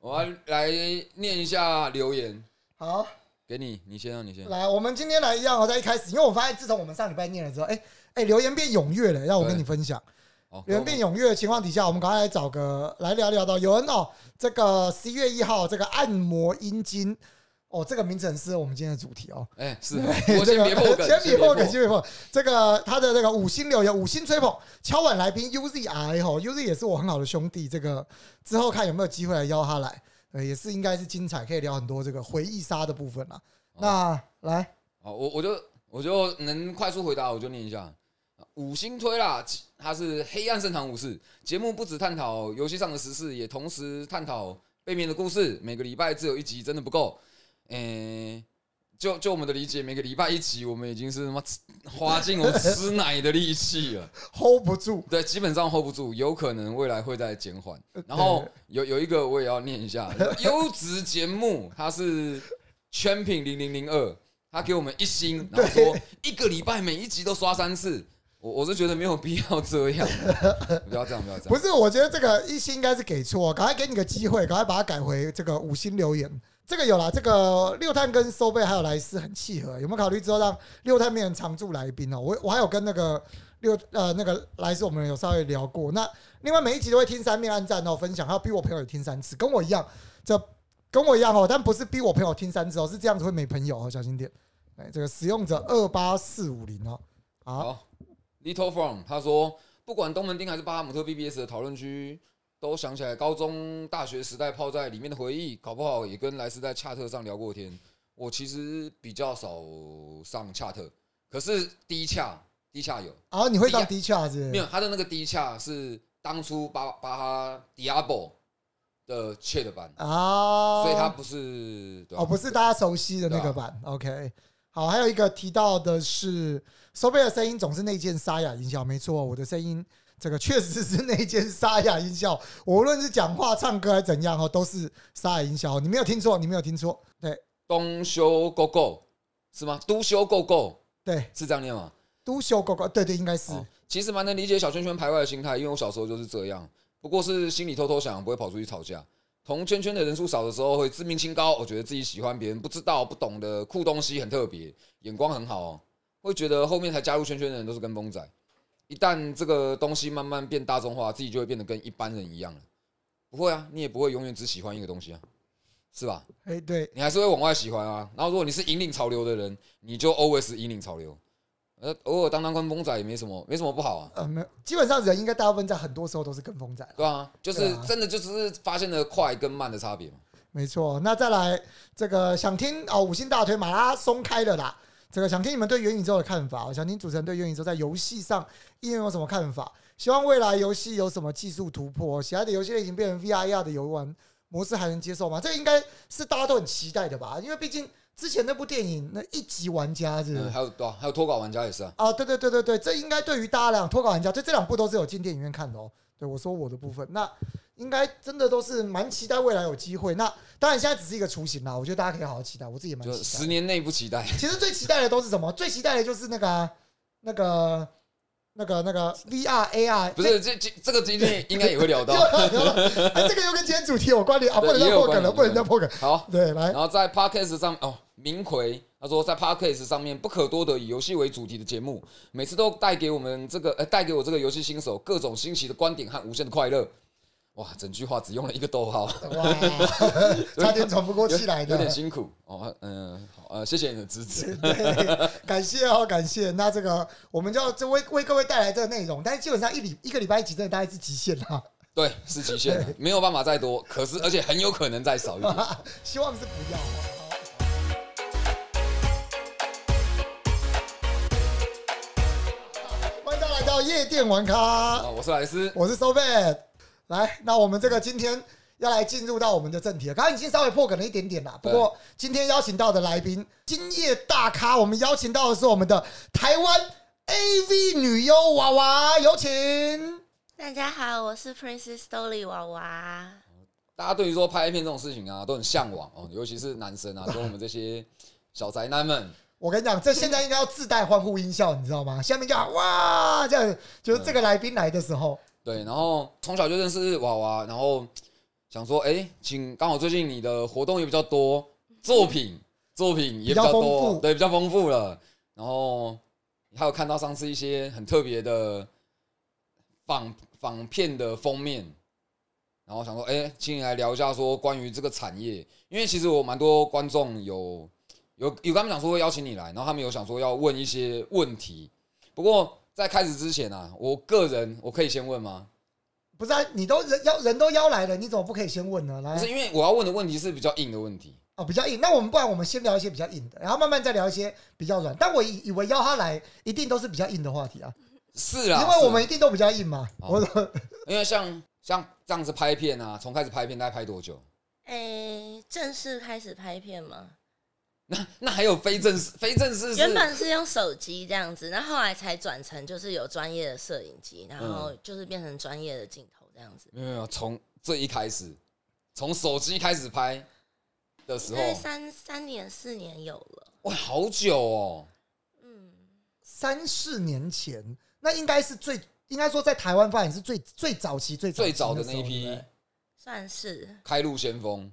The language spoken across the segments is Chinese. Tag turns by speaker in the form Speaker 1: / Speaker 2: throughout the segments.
Speaker 1: 好，来念一下留言，
Speaker 2: 好，
Speaker 1: 给你，你先啊，你先。
Speaker 2: 来，我们今天来一样哦，在一开始，因为我发现自从我们上礼拜念了之后，哎、哎、留言变踊跃了，让我跟你分享。
Speaker 1: 好，
Speaker 2: 留言变踊跃的情况底下，我们赶快来找个来聊聊到有人哦，这个十一月一号这个按摩阴茎哦，这个名字很适合我们今天的主题哦。
Speaker 1: 哎，是，
Speaker 2: 对
Speaker 1: 我
Speaker 2: 这
Speaker 1: 先
Speaker 2: 个
Speaker 1: 别破梗，
Speaker 2: 先别破梗，
Speaker 1: 先
Speaker 2: 先别破梗。这个他的这个五星留言，五星吹捧，敲碗来宾 UZI 吼，UZ 也是我很好的兄弟，这个之后看有没有机会来邀他来，呃，也是应该是精彩，可以聊很多这个回忆杀的部分啦。
Speaker 1: 哦
Speaker 2: 那来，
Speaker 1: 好，我我就我就能快速回答，我就念一下。五星推啦，它是黑暗盛唐武士节目，不只探讨游戏上的时事，也同时探讨背面的故事。每个礼拜只有一集，真的不够。诶、就就我们的理解，每个礼拜一集，我们已经是他妈吃花尽我们吃奶的力气了。
Speaker 2: hold 不住，
Speaker 1: 对，基本上 hold 不住，有可能未来会再减缓。然后有有一个我也要念一下， 优质节目，它是全品零零零二，他给我们一星，然后说一个礼拜每一集都刷三次，我我是觉得没有必要这样，不要这样，不要这
Speaker 2: 不
Speaker 1: 样。
Speaker 2: 是，我觉得这个一星应该是给错，赶快给你个机会，赶快把它改回这个五星留言。这个有啦，这个六探跟收贝还有莱斯很契合，有没有考虑之后让六探变成常驻来宾呢、哦我我还有跟那个六呃那个莱斯我们有稍微聊过。那另外每一集都会听三遍按赞哦，分享，还有逼我朋友也听三次，跟我一样，这跟我一样哦，但不是逼我朋友听三次哦，是这样子会没朋友哦，小心点。哎，这个使用者二八四五零哦，好，
Speaker 1: 好，Little From 他说，不管东门町还是巴哈姆特 BBS 的讨论区。都想起来高中、大学时代泡在里面的回忆，搞不好也跟莱斯在恰特上聊过天。我其实比较少上恰特，可是低恰低恰有，
Speaker 2: 然啊后你会上 D 卡是不是
Speaker 1: 没有，他的那个低恰是当初巴巴哈 Diablo 的 c h a 版，
Speaker 2: 啊，
Speaker 1: 所以他不是对吧啊
Speaker 2: 哦，不是大家熟悉的那个版。OK，好，还有一个提到的
Speaker 1: 啊
Speaker 2: 是，收贝的声音总是内建沙哑音效，没错，我的声音这个确实是内建沙哑音效，我无论是讲话、唱歌还是怎样哦，都是沙哑音效，你没有听错，你没有听错，对
Speaker 1: 东修 Go Go 是吗？都修 Go Go
Speaker 2: 对，
Speaker 1: 是这样念吗？
Speaker 2: 都修狗狗，对对，应该是
Speaker 1: 哦其实蛮能理解小圈圈排外的心态，因为我小时候就是这样，不过是心里偷偷想，不会跑出去吵架。同圈圈的人数少的时候，会自命清高，我觉得自己喜欢别人不知道、不懂的酷东西很特别，眼光很好、哦，会觉得后面才加入圈圈的人都是跟风仔。一旦这个东西慢慢变大众化，自己就会变得跟一般人一样了。不会啊，你也不会永远只喜欢一个东西啊，是吧？
Speaker 2: 哎对，
Speaker 1: 你还是会往外喜欢啊。然后如果你是引领潮流的人，你就 always 引领潮流。呃，偶尔当当跟风仔也没什么，没什么不好啊。
Speaker 2: 呃，没有，基本上人应该大部分在很多时候都是跟风仔啦
Speaker 1: 对啊，就是、
Speaker 2: 对啊
Speaker 1: 真的就只是发现了快跟慢的差别嘛。
Speaker 2: 没错，那再来这个想听哦，五星大推马拉松开了啦。这个想听你们对元宇宙的看法，我想听主持人对元宇宙在游戏上应用有什么看法？希望未来游戏有什么技术突破？喜爱的游戏类型变成 VR、AR 的游玩模式还能接受吗？这个应该是大家都很期待的吧？因为毕竟之前那部电影那一级玩家是不是
Speaker 1: 嗯，还有对啊、还有脱稿玩家也是啊。
Speaker 2: 啊，对对对对对，这应该对于大家来讲，脱稿玩家，这这两部都是有进电影院看的哦。对我说我的部分，那应该真的都是蛮期待未来有机会。那当然现在只是一个雏形啦，我觉得大家可以好好期待，我自己也蛮
Speaker 1: 就
Speaker 2: 期
Speaker 1: 十
Speaker 2: 待。
Speaker 1: 年内不期待，
Speaker 2: 其实最期待的都是什么？最期待的就是那个啊、那个那个那个 VR AR，
Speaker 1: 不是这这这个今天应该也会聊到。
Speaker 2: 哎，这个又跟今天主题有关联啊，不能再
Speaker 1: 也有
Speaker 2: 破梗了，
Speaker 1: 关联
Speaker 2: 不能再破梗。
Speaker 1: 好，
Speaker 2: 对，来
Speaker 1: 然，后在 podcast 上哦，明奎他说在 podcast 上面不可多得以游戏为主题的节目，每次都带给我们这个呃带给我这个游戏新手各种新奇的观点和无限的快乐。哇，整句话只用了一个逗 号，
Speaker 2: 哇， 差点喘不过气来
Speaker 1: 有
Speaker 2: 的
Speaker 1: 点。辛苦哦。嗯、好呃，谢谢你的支持。
Speaker 2: 对，感谢哦，感谢。那这个我们就就为为各位带来这个内容，但是基本上一礼一个礼拜一集，真的大概是极限啦。
Speaker 1: 对，是极限的，没有办法再多，可是而且很有可能再少一点。
Speaker 2: 希望是不要。欢迎大家来到夜店玩咖
Speaker 1: 啊，，我是莱斯，
Speaker 2: 我是收贝。来，那我们这个今天要来进入到我们的正题了。刚刚已经稍微破梗了一点点啦，不过今天邀请到的来宾，今夜大咖，我们邀请到的是我们的台湾 AV 女优娃娃，有请。
Speaker 3: 大家好，我是 Princess Dolly 娃娃。
Speaker 1: 大家对于说拍片这种事情啊，都很向往哦，尤其是男生啊，跟我们这些小宅男们，
Speaker 2: 我跟你讲，这现在应该要自带欢呼音效，你知道吗？下面就要哇，这样就是这个来宾来的时候，
Speaker 1: 对，然后从小就认识娃娃，然后想说，哎、请刚好最近你的活动也比较多，作品作品也比
Speaker 2: 比
Speaker 1: 较
Speaker 2: 较丰
Speaker 1: 多，
Speaker 2: 富
Speaker 1: 对，比较丰富了。然后还有看到上次一些很特别的仿仿片的封面，然后想说，哎、请你来聊一下说关于这个产业，因为其实我蛮多观众有有有跟他们讲说会邀请你来，然后他们有想说要问一些问题，不过在开始之前啊，我个人我可以先问吗？
Speaker 2: 不是、啊、你都人邀人都邀来了，你怎么不可以先问呢？
Speaker 1: 不是
Speaker 2: 来
Speaker 1: 因为我要问的问题是比较硬的问题，
Speaker 2: 哦，比较硬。那我们不然我们先聊一些比较硬的，然后慢慢再聊一些比较软。但我以以为邀他来一定都是比较硬的话题啊，
Speaker 1: 是啊，哦
Speaker 2: 因为
Speaker 1: 是
Speaker 2: 我们一定都比较硬嘛。
Speaker 1: 好
Speaker 2: 我
Speaker 1: 因为像像这样子拍片啊，从开始拍片大概拍多久？
Speaker 3: 哎，正式开始拍片吗？
Speaker 1: 那那还有非正式，非正式是
Speaker 3: 原本是用手机这样子，那后来才转成就是有专业的摄影机，然后
Speaker 1: 嗯
Speaker 3: 就是变成专业的镜头这样子。
Speaker 1: 没有没有，从这一开始，从手机开始拍的时
Speaker 3: 因
Speaker 1: 候
Speaker 3: 为，三三年四年有了，
Speaker 1: 哇，好久哦，
Speaker 3: 嗯，
Speaker 2: 三四年前，那应该是最应该说在台湾发展是最最早期最
Speaker 1: 最早的
Speaker 2: 的
Speaker 1: 那一
Speaker 2: 时候
Speaker 1: 批
Speaker 3: 算是
Speaker 1: 开路先锋，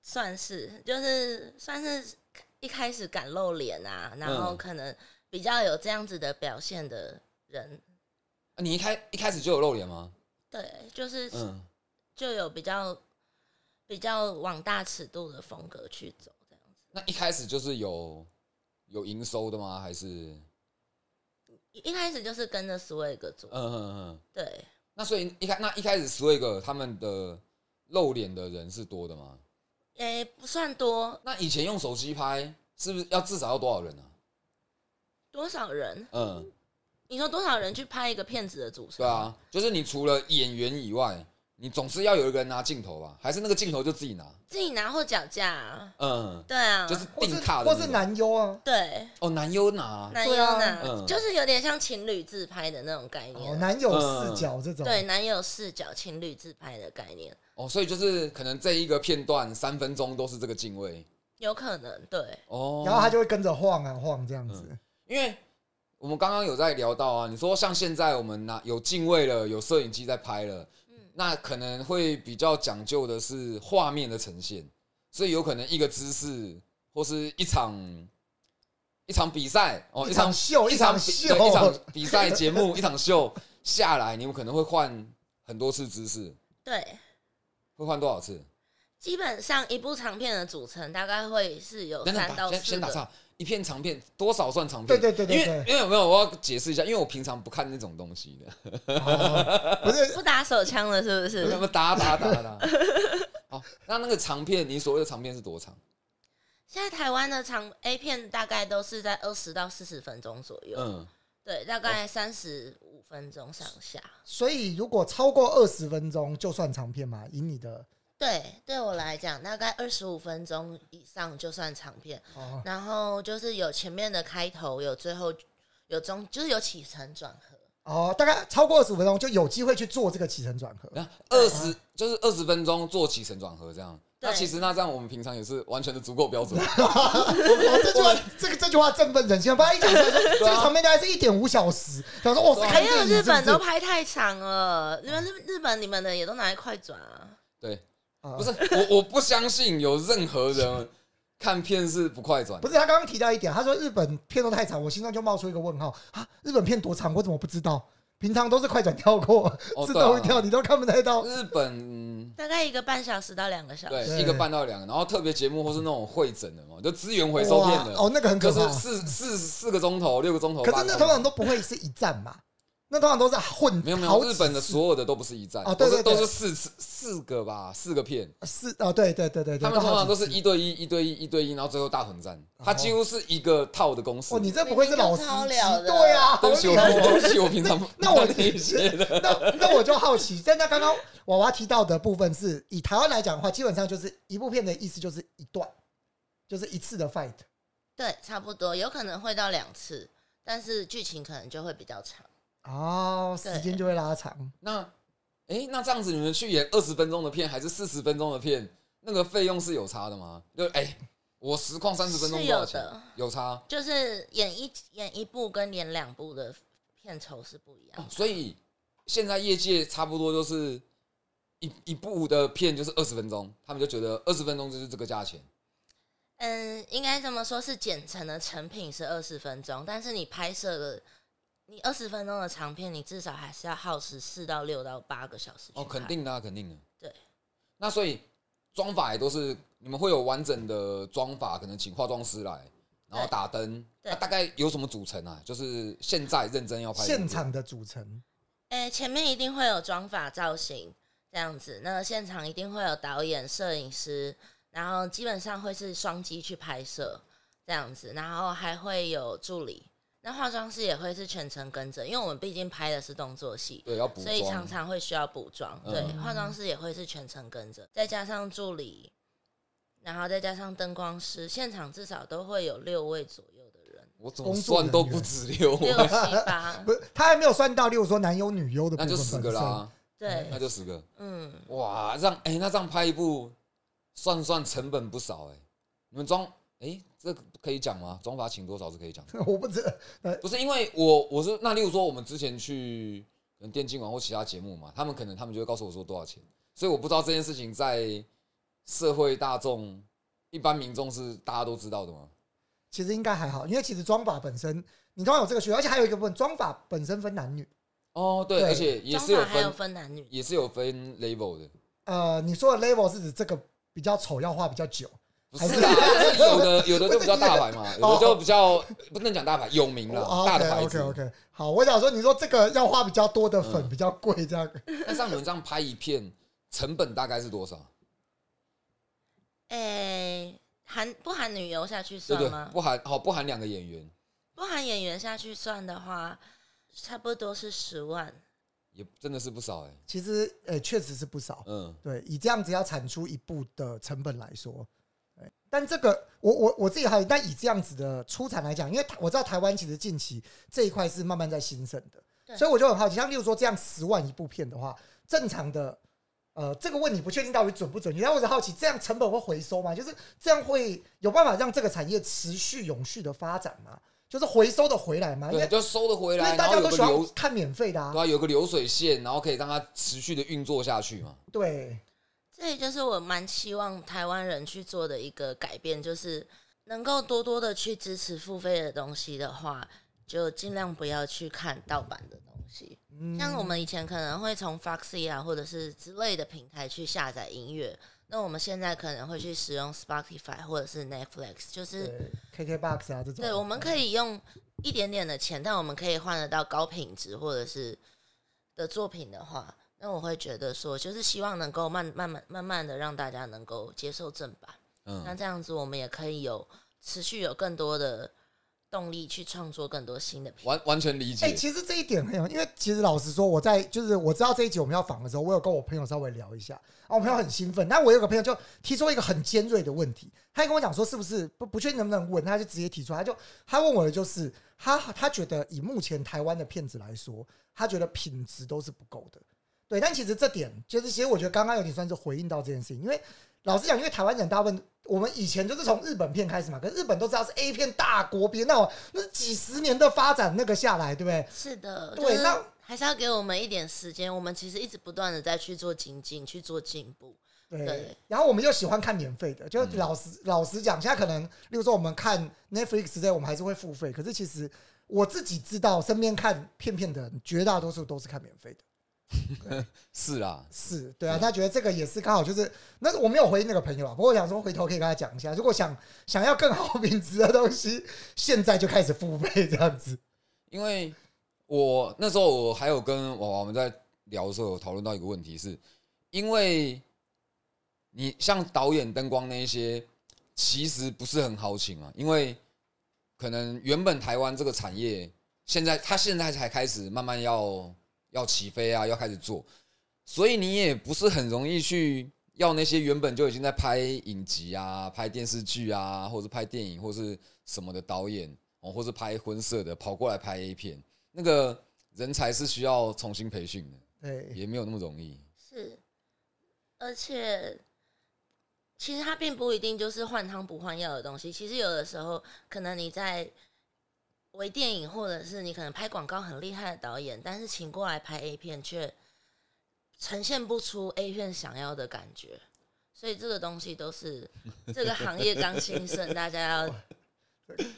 Speaker 3: 算是就是算是一开始敢露脸啊，然后
Speaker 1: 嗯
Speaker 3: 可能比较有这样子的表现的人，
Speaker 1: 啊你一开一开始就有露脸吗？
Speaker 3: 对，就是
Speaker 1: 嗯，
Speaker 3: 就有比较比较往大尺度的风格去走这样子。
Speaker 1: 那一开始就是有有营收的吗？还是
Speaker 3: 一一开始就是跟着 Swag
Speaker 1: 嗯
Speaker 3: 做，
Speaker 1: 嗯嗯嗯，
Speaker 3: 对，
Speaker 1: 那所以一开那一开始 Swag 他们的露脸的人是多的吗？
Speaker 3: 也不算多，
Speaker 1: 那以前用手机拍是不是要至少要多少人啊？
Speaker 3: 多少人？
Speaker 1: 嗯，
Speaker 3: 你说多少人去拍一个片子的组成？
Speaker 1: 对啊，就是你除了演员以外，你总是要有一个人拿镜头吧？还是那个镜头就自己拿？
Speaker 3: 自己拿或脚架、啊，
Speaker 1: 嗯，
Speaker 3: 对啊，
Speaker 1: 就是
Speaker 2: 或
Speaker 1: 定
Speaker 2: 是
Speaker 1: 卡的那
Speaker 2: 或
Speaker 1: 种，
Speaker 2: 是男优啊。
Speaker 3: 对
Speaker 1: 哦，男优拿，
Speaker 3: 男
Speaker 2: 对
Speaker 3: 友
Speaker 2: 啊
Speaker 3: 呢，
Speaker 1: 嗯
Speaker 3: 就是有点像情侣自拍的那种概念
Speaker 2: 哦，
Speaker 3: 啊，
Speaker 2: 男友
Speaker 1: 嗯
Speaker 2: 视角这种，
Speaker 3: 对，男友视角情侣自拍的概念，
Speaker 1: 哦，所以就是可能这一个片段三分钟都是这个镜位
Speaker 3: 有可能对，
Speaker 1: 哦，
Speaker 2: 然后他就会跟着晃啊晃这样子。
Speaker 1: 因为我们刚刚有在聊到啊，你说像现在我们拿有镜位了，有摄影机在拍了，
Speaker 3: 嗯
Speaker 1: 那可能会比较讲究的是画面的呈现，所以有可能一个姿势或是一场一场比赛哦，
Speaker 2: 一场秀
Speaker 1: 一
Speaker 2: 一场
Speaker 1: 比
Speaker 2: 秀
Speaker 1: 对一场比赛节 目，一场秀下来，你们可能会换很多次姿势，
Speaker 3: 对，
Speaker 1: 会换多少次？
Speaker 3: 基本上一部长片的组成大概会是有
Speaker 1: 等等
Speaker 3: 三
Speaker 1: 打，
Speaker 3: 到
Speaker 1: 先
Speaker 3: 四
Speaker 1: 先打
Speaker 3: 个，
Speaker 1: 岔，一片长片多少算长片？
Speaker 2: 对对对对
Speaker 1: 因为因为有没有我要解释一下，因为我平常不看那种东西的。
Speaker 2: 哦不是
Speaker 3: 不打手枪了是不
Speaker 1: 什
Speaker 3: 是？
Speaker 1: 么打打打打。 好，那那个长片，你所谓的长片是多长？
Speaker 3: 现在台湾的长 A 片大概都是在二十到四十分钟左右，
Speaker 1: 嗯，
Speaker 3: 对，大
Speaker 2: 哦
Speaker 3: 概三十五分钟上下。
Speaker 2: 所以如果超过二十分钟就算长片嘛，以你的
Speaker 3: 对，对我来讲，大概二十五分钟以上就算长片。
Speaker 2: 哦，
Speaker 3: 然后就是有前面的开头，有最后，有中，就是有起承转合。
Speaker 2: 哦，大概超过二十五分钟就有机会去做这个起承转 合。
Speaker 1: 那二十就是二十分钟做起承转合这样。
Speaker 3: 对
Speaker 1: 那其实那这样我们平常也是完全的足够标准。
Speaker 2: 哦，这句话这个这句话振奋人心，啊不然一讲下说这个场面大概是一点五小时，想说哦是看
Speaker 3: 还
Speaker 2: 电
Speaker 3: 有
Speaker 2: 影是
Speaker 3: 日
Speaker 2: 不
Speaker 3: 本
Speaker 2: 是
Speaker 3: 都拍太长了，你们日日本你们的也都拿来快转啊？
Speaker 1: 对，
Speaker 2: 啊
Speaker 1: 不是我我不相信有任何人看片是不快转
Speaker 2: 不。是他刚刚提到一点，他说日本片都太长，我心中就冒出一个问号啊，日本片多长我怎么不知道？平常都是快转跳过，
Speaker 1: 哦
Speaker 2: 自
Speaker 1: 对啊
Speaker 2: 动一跳，你都看不太到。
Speaker 1: 日本嗯
Speaker 3: 大概一个半小时到两个小时。
Speaker 1: 对
Speaker 2: 对
Speaker 1: 一个半到两个，然后特别节目或是那种会诊的嘛，就资源回收片
Speaker 2: 哇
Speaker 1: 的，
Speaker 2: 哦，那个很可
Speaker 1: 就
Speaker 2: 怕
Speaker 1: 是。四四四个钟头、六个钟头。
Speaker 2: 可
Speaker 1: 八
Speaker 2: 是
Speaker 1: 个钟
Speaker 2: 那通
Speaker 1: 头
Speaker 2: 常都不会是一站嘛，那通常都是混
Speaker 1: 没有没
Speaker 2: 好
Speaker 1: 有，
Speaker 2: 几
Speaker 1: 日本的
Speaker 2: 次
Speaker 1: 所有的都不是一站，
Speaker 2: 哦
Speaker 1: 都
Speaker 2: 对
Speaker 1: 是
Speaker 2: 对对
Speaker 1: 都是四次四个吧，四个片。
Speaker 2: 是哦，对对对对对，
Speaker 1: 他们通常都是
Speaker 2: 好几次
Speaker 1: 一对一、一对一、一对一，然后最后大混战，它几乎是一个套的公式。
Speaker 2: 哦，你这不会是老司
Speaker 3: 明
Speaker 2: 机
Speaker 3: 明就超了的
Speaker 2: 对 啊，
Speaker 1: 对不起，我
Speaker 2: 好厉害
Speaker 1: 对不起，我 平常不
Speaker 2: 那我
Speaker 1: 理解的。
Speaker 2: 那那我就好奇，但那刚刚娃娃提到的部分是以台湾来讲的话，基本上就是一部片的意思就是一段，就是一次的 fight。
Speaker 3: 对，差不多，有可能会到两次，但是剧情可能就会比较长。
Speaker 2: 哦，
Speaker 3: 对
Speaker 2: 时间就会拉长，
Speaker 1: 那，哎、那这样子你们去演二十分钟的片还是四十分钟的片，那个费用是有差的吗？就哎、我实况三十分钟
Speaker 3: 是
Speaker 1: 多少
Speaker 3: 有
Speaker 1: 钱？
Speaker 3: 的，
Speaker 1: 有差、
Speaker 3: 就是演一演一部跟演两部的片酬是不一样
Speaker 1: 哦
Speaker 3: 的。
Speaker 1: 所以现在业界差不多就是一一部的片就是二十分钟，他们就觉得二十分钟就是这个价钱。
Speaker 3: 嗯，应该这么说，是剪成的成品是二十分钟，但是你拍摄的，你二十分钟的长片，你至少还是要耗时四到六到八个小时去
Speaker 1: 哦，肯
Speaker 3: 拍。
Speaker 1: 定的啊、肯定的。
Speaker 3: 对，
Speaker 1: 那所以妆法也都是你们会有完整的妆法，可能请化妆师来，然后
Speaker 3: 对
Speaker 1: 打灯。
Speaker 3: 对
Speaker 1: 那大概有什么组成啊？就是现在认真要拍的
Speaker 2: 现场的组成，
Speaker 3: 哎、前面一定会有妆发造型这样子，那现场一定会有导演、摄影师，然后基本上会是双机去拍摄这样子，然后还会有助理。那化妆师也会是全程跟着，因为我们毕竟拍的是动作戏，
Speaker 1: 对要补
Speaker 3: 所以常
Speaker 1: 妆，
Speaker 3: 常会需要补妆。
Speaker 1: 嗯
Speaker 3: 对，化妆师也会是全程跟着，再加上助理，然后再加上灯光师，现场至少都会有六位左右的 人，
Speaker 1: 我怎么算都不止六位
Speaker 3: 六，七八，
Speaker 2: 不是他还没有算到，例如说男优女优的 部
Speaker 1: 那
Speaker 2: 分
Speaker 1: 就
Speaker 2: 本
Speaker 1: 十
Speaker 2: 身
Speaker 1: 个啦，
Speaker 3: 对
Speaker 1: 那，就十个。
Speaker 3: 嗯，
Speaker 1: 哇，让哎、那这样拍一部，算算成本不少哎、你们妆哎、这个可以讲吗？妆法请多少是可以讲的？
Speaker 2: 我不知道，
Speaker 1: 不是因为我我是那，例如说我们之前去可能电竞网或其他节目嘛，他们可能他们就会告诉我说多少钱，所以我不知道这件事情在社会大众、一般民众是大家都知道的吗？
Speaker 2: 其实应该还好，因为其实妆法本身，你都要有这个学，而且还有一个部分，妆法本身分男女。
Speaker 1: 哦，对，
Speaker 2: 对
Speaker 1: 而且也
Speaker 3: 妆
Speaker 1: 是有
Speaker 3: 法还有
Speaker 1: 分，
Speaker 3: 分男女，
Speaker 1: 也是有分 level 的，
Speaker 2: 呃，你说的 level 是指这个比较丑要画比较久，
Speaker 1: 不
Speaker 2: 还
Speaker 1: 是
Speaker 2: 是
Speaker 1: 啦，就是有的有的就比较大牌嘛，有的就比较不能讲大牌，有名啦，大的牌
Speaker 2: 哦 OK
Speaker 1: 子。
Speaker 2: OK，好，我想说你说这个要花比较多的粉、
Speaker 1: 嗯
Speaker 2: 比较贵这样，
Speaker 1: 那像你们这样拍一片，成本大概是多少？
Speaker 3: 哎、含不含女优下去
Speaker 1: 对
Speaker 3: 算
Speaker 1: 对
Speaker 3: 吗？，
Speaker 1: 不含好不含两个演员，
Speaker 3: 不含演员下去算的话，差不多是十万。
Speaker 1: 也真的是不少哎、
Speaker 2: 其实呃确实是不少。
Speaker 1: 嗯，
Speaker 2: 对，以这样子要产出一部的成本来说，对但这个我我我自己还有，但以这样子的出产来讲，因为我知道台湾其实近期这一块是慢慢在兴盛的，
Speaker 3: 对
Speaker 2: 所以我就很好奇，像例如说这样十万一部片的话，正常的。呃，这个问题不确定到底准不准，但我只好奇，这样成本会回收吗？就是这样会有办法让这个产业持续永续的发展吗？就是回收的回来啊吗？因
Speaker 1: 对，
Speaker 2: 为
Speaker 1: 就收得回
Speaker 2: 因
Speaker 1: 来，
Speaker 2: 为
Speaker 1: 然
Speaker 2: 大
Speaker 1: 后
Speaker 2: 家
Speaker 1: 有
Speaker 2: 都
Speaker 1: 个
Speaker 2: 喜欢
Speaker 1: 流，
Speaker 2: 看免费的啊
Speaker 1: 对，啊，有个流水线，然后可以让它持续的运作下去嘛。
Speaker 2: 对，
Speaker 3: 这也就是我蛮希望台湾人去做的一个改变，就是能够多多的去支持付费的东西的话，就尽量不要去看盗版的东西。
Speaker 2: 嗯
Speaker 3: 像我们以前可能会从 Foxy 啊或者是之类的平台去下载音乐，那我们现在可能会去使用 Spotify 或者是 Netflix，就是
Speaker 2: 对 KKBox 啊这种，
Speaker 3: 对，我们可以用一点点的钱，但我们可以换得到高品质或者是的作品的话，那我会觉得说，就是希望能够慢慢慢慢慢的让大家能够接受正版。那
Speaker 1: 嗯，
Speaker 3: 这样子，我们也可以有持续有更多的动力去创作更多新的品。
Speaker 1: 完完全理
Speaker 2: 哎、
Speaker 1: 解。
Speaker 2: 其实这一点很有，因为其实老实说，我在就是我知道这一集我们要访的时候，我有跟我朋友稍微聊一下，啊，我朋友很兴奋。那我有个朋友就提出一个很尖锐的问题，他跟我讲说是不是不不确定能不能问，他就直接提出来，他就他问我的就是他他觉得以目前台湾的片子来说，他觉得品质都是不够的。对，但其实这点就是，其实我觉得刚刚有点算是回应到这件事情，因为老实讲，因为台湾人大部分我们以前就是从日本片开始嘛，可是日本都知道是 A 片大国别那种那是几十年的发展那个下来，对不对？
Speaker 3: 是的，
Speaker 2: 对
Speaker 3: 就是
Speaker 2: 那
Speaker 3: 还是要给我们一点时间。我们其实一直不断的在去做精进，去做进步。
Speaker 2: 对，
Speaker 3: 对
Speaker 2: 然后我们又喜欢看免费的，就老实、老实讲，现在可能，例如说我们看 Netflix 这，我们还是会付费。可是其实我自己知道，身边看片片的人，绝大多数都是看免费的。
Speaker 1: 是啦，
Speaker 2: 是对啊，他觉得这个也是刚好就是，那我没有回应那个朋友啊，不过我想说回头可以跟他讲一下，如果想想要更好品质的东西，现在就开始付费这样子。
Speaker 1: 因为我那时候我还有跟娃娃我们在聊的时候，有讨论到一个问题是，因为你像导演、灯光那一些，其实不是很好请啊，因为可能原本台湾这个产业，现在它现在才开始慢慢要要起飞啊，要开始做，所以你也不是很容易去要那些原本就已经在拍影集啊、拍电视剧啊，或者是拍电影或是什么的导演哦，或是拍婚摄的跑过来拍 A 片，那个人才是需要重新培训的，
Speaker 2: 对，
Speaker 1: 也没有那么容易。
Speaker 3: 是，而且其实它并不一定就是换汤不换药的东西。其实有的时候，可能你在微电影，或者是你可能拍广告很厉害的导演，但是请过来拍 A 片却呈现不出 A 片想要的感觉。所以这个东西都是这个行业刚兴盛，大家要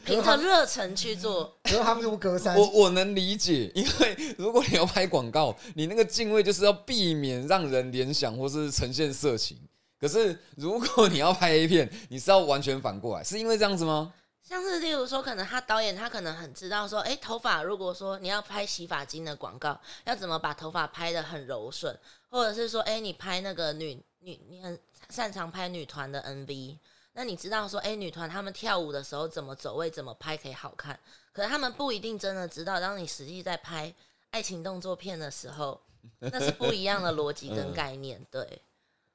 Speaker 3: 凭着热忱去做。
Speaker 2: 隔行如隔山
Speaker 1: 我。我能理解，因为如果你要拍广告，你那个敬畏就是要避免让人联想或是呈现色情。可是如果你要拍 A 片，你是要完全反过来，是因为这样子吗？
Speaker 3: 像是例如说，可能他导演他可能很知道说，哎、头发如果说你要拍洗发精的广告，要怎么把头发拍的很柔顺，或者是说，哎、你拍那个女女你很擅长拍女团的 MV，那你知道说，哎、女团她们跳舞的时候怎么走位，怎么拍可以好看，可是他们不一定真的知道，当你实际在拍爱情动作片的时候，那是不一样的逻辑跟概念，对。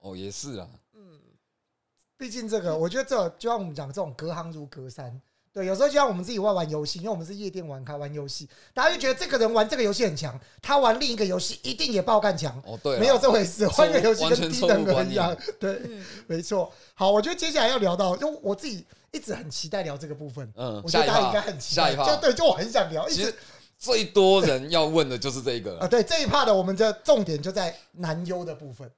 Speaker 1: 哦，也是啊，
Speaker 3: 嗯，
Speaker 2: 毕竟这个，我觉得这就像我们讲这种隔行如隔山。对，有时候就像我们自己玩玩游戏，因为我们是夜店玩咖玩游戏，大家就觉得这个人玩这个游戏很强，他玩另一个游戏一定也爆干强，
Speaker 1: 哦对啦，
Speaker 2: 没有这回事，
Speaker 1: 错
Speaker 2: 换个游戏
Speaker 1: 完
Speaker 2: 跟
Speaker 1: 全
Speaker 2: 低
Speaker 1: 错误
Speaker 2: 等的
Speaker 1: 观
Speaker 2: 人一样。对，
Speaker 3: 嗯
Speaker 2: 没错。好，我觉得接下来要聊到，因为我自己一直很期待聊这个部分，
Speaker 1: 嗯，
Speaker 2: 我觉
Speaker 1: 下一
Speaker 2: 得大家应该
Speaker 1: 趴，
Speaker 2: 很期
Speaker 1: 下
Speaker 2: 待。
Speaker 1: 一
Speaker 2: 就
Speaker 1: 趴，
Speaker 2: 对，就我很想聊，一
Speaker 1: 其
Speaker 2: 直
Speaker 1: 实最多人要问的就是这个
Speaker 2: 啊，
Speaker 1: 了。
Speaker 2: 对这一趴的我们的重点就在男优的部分。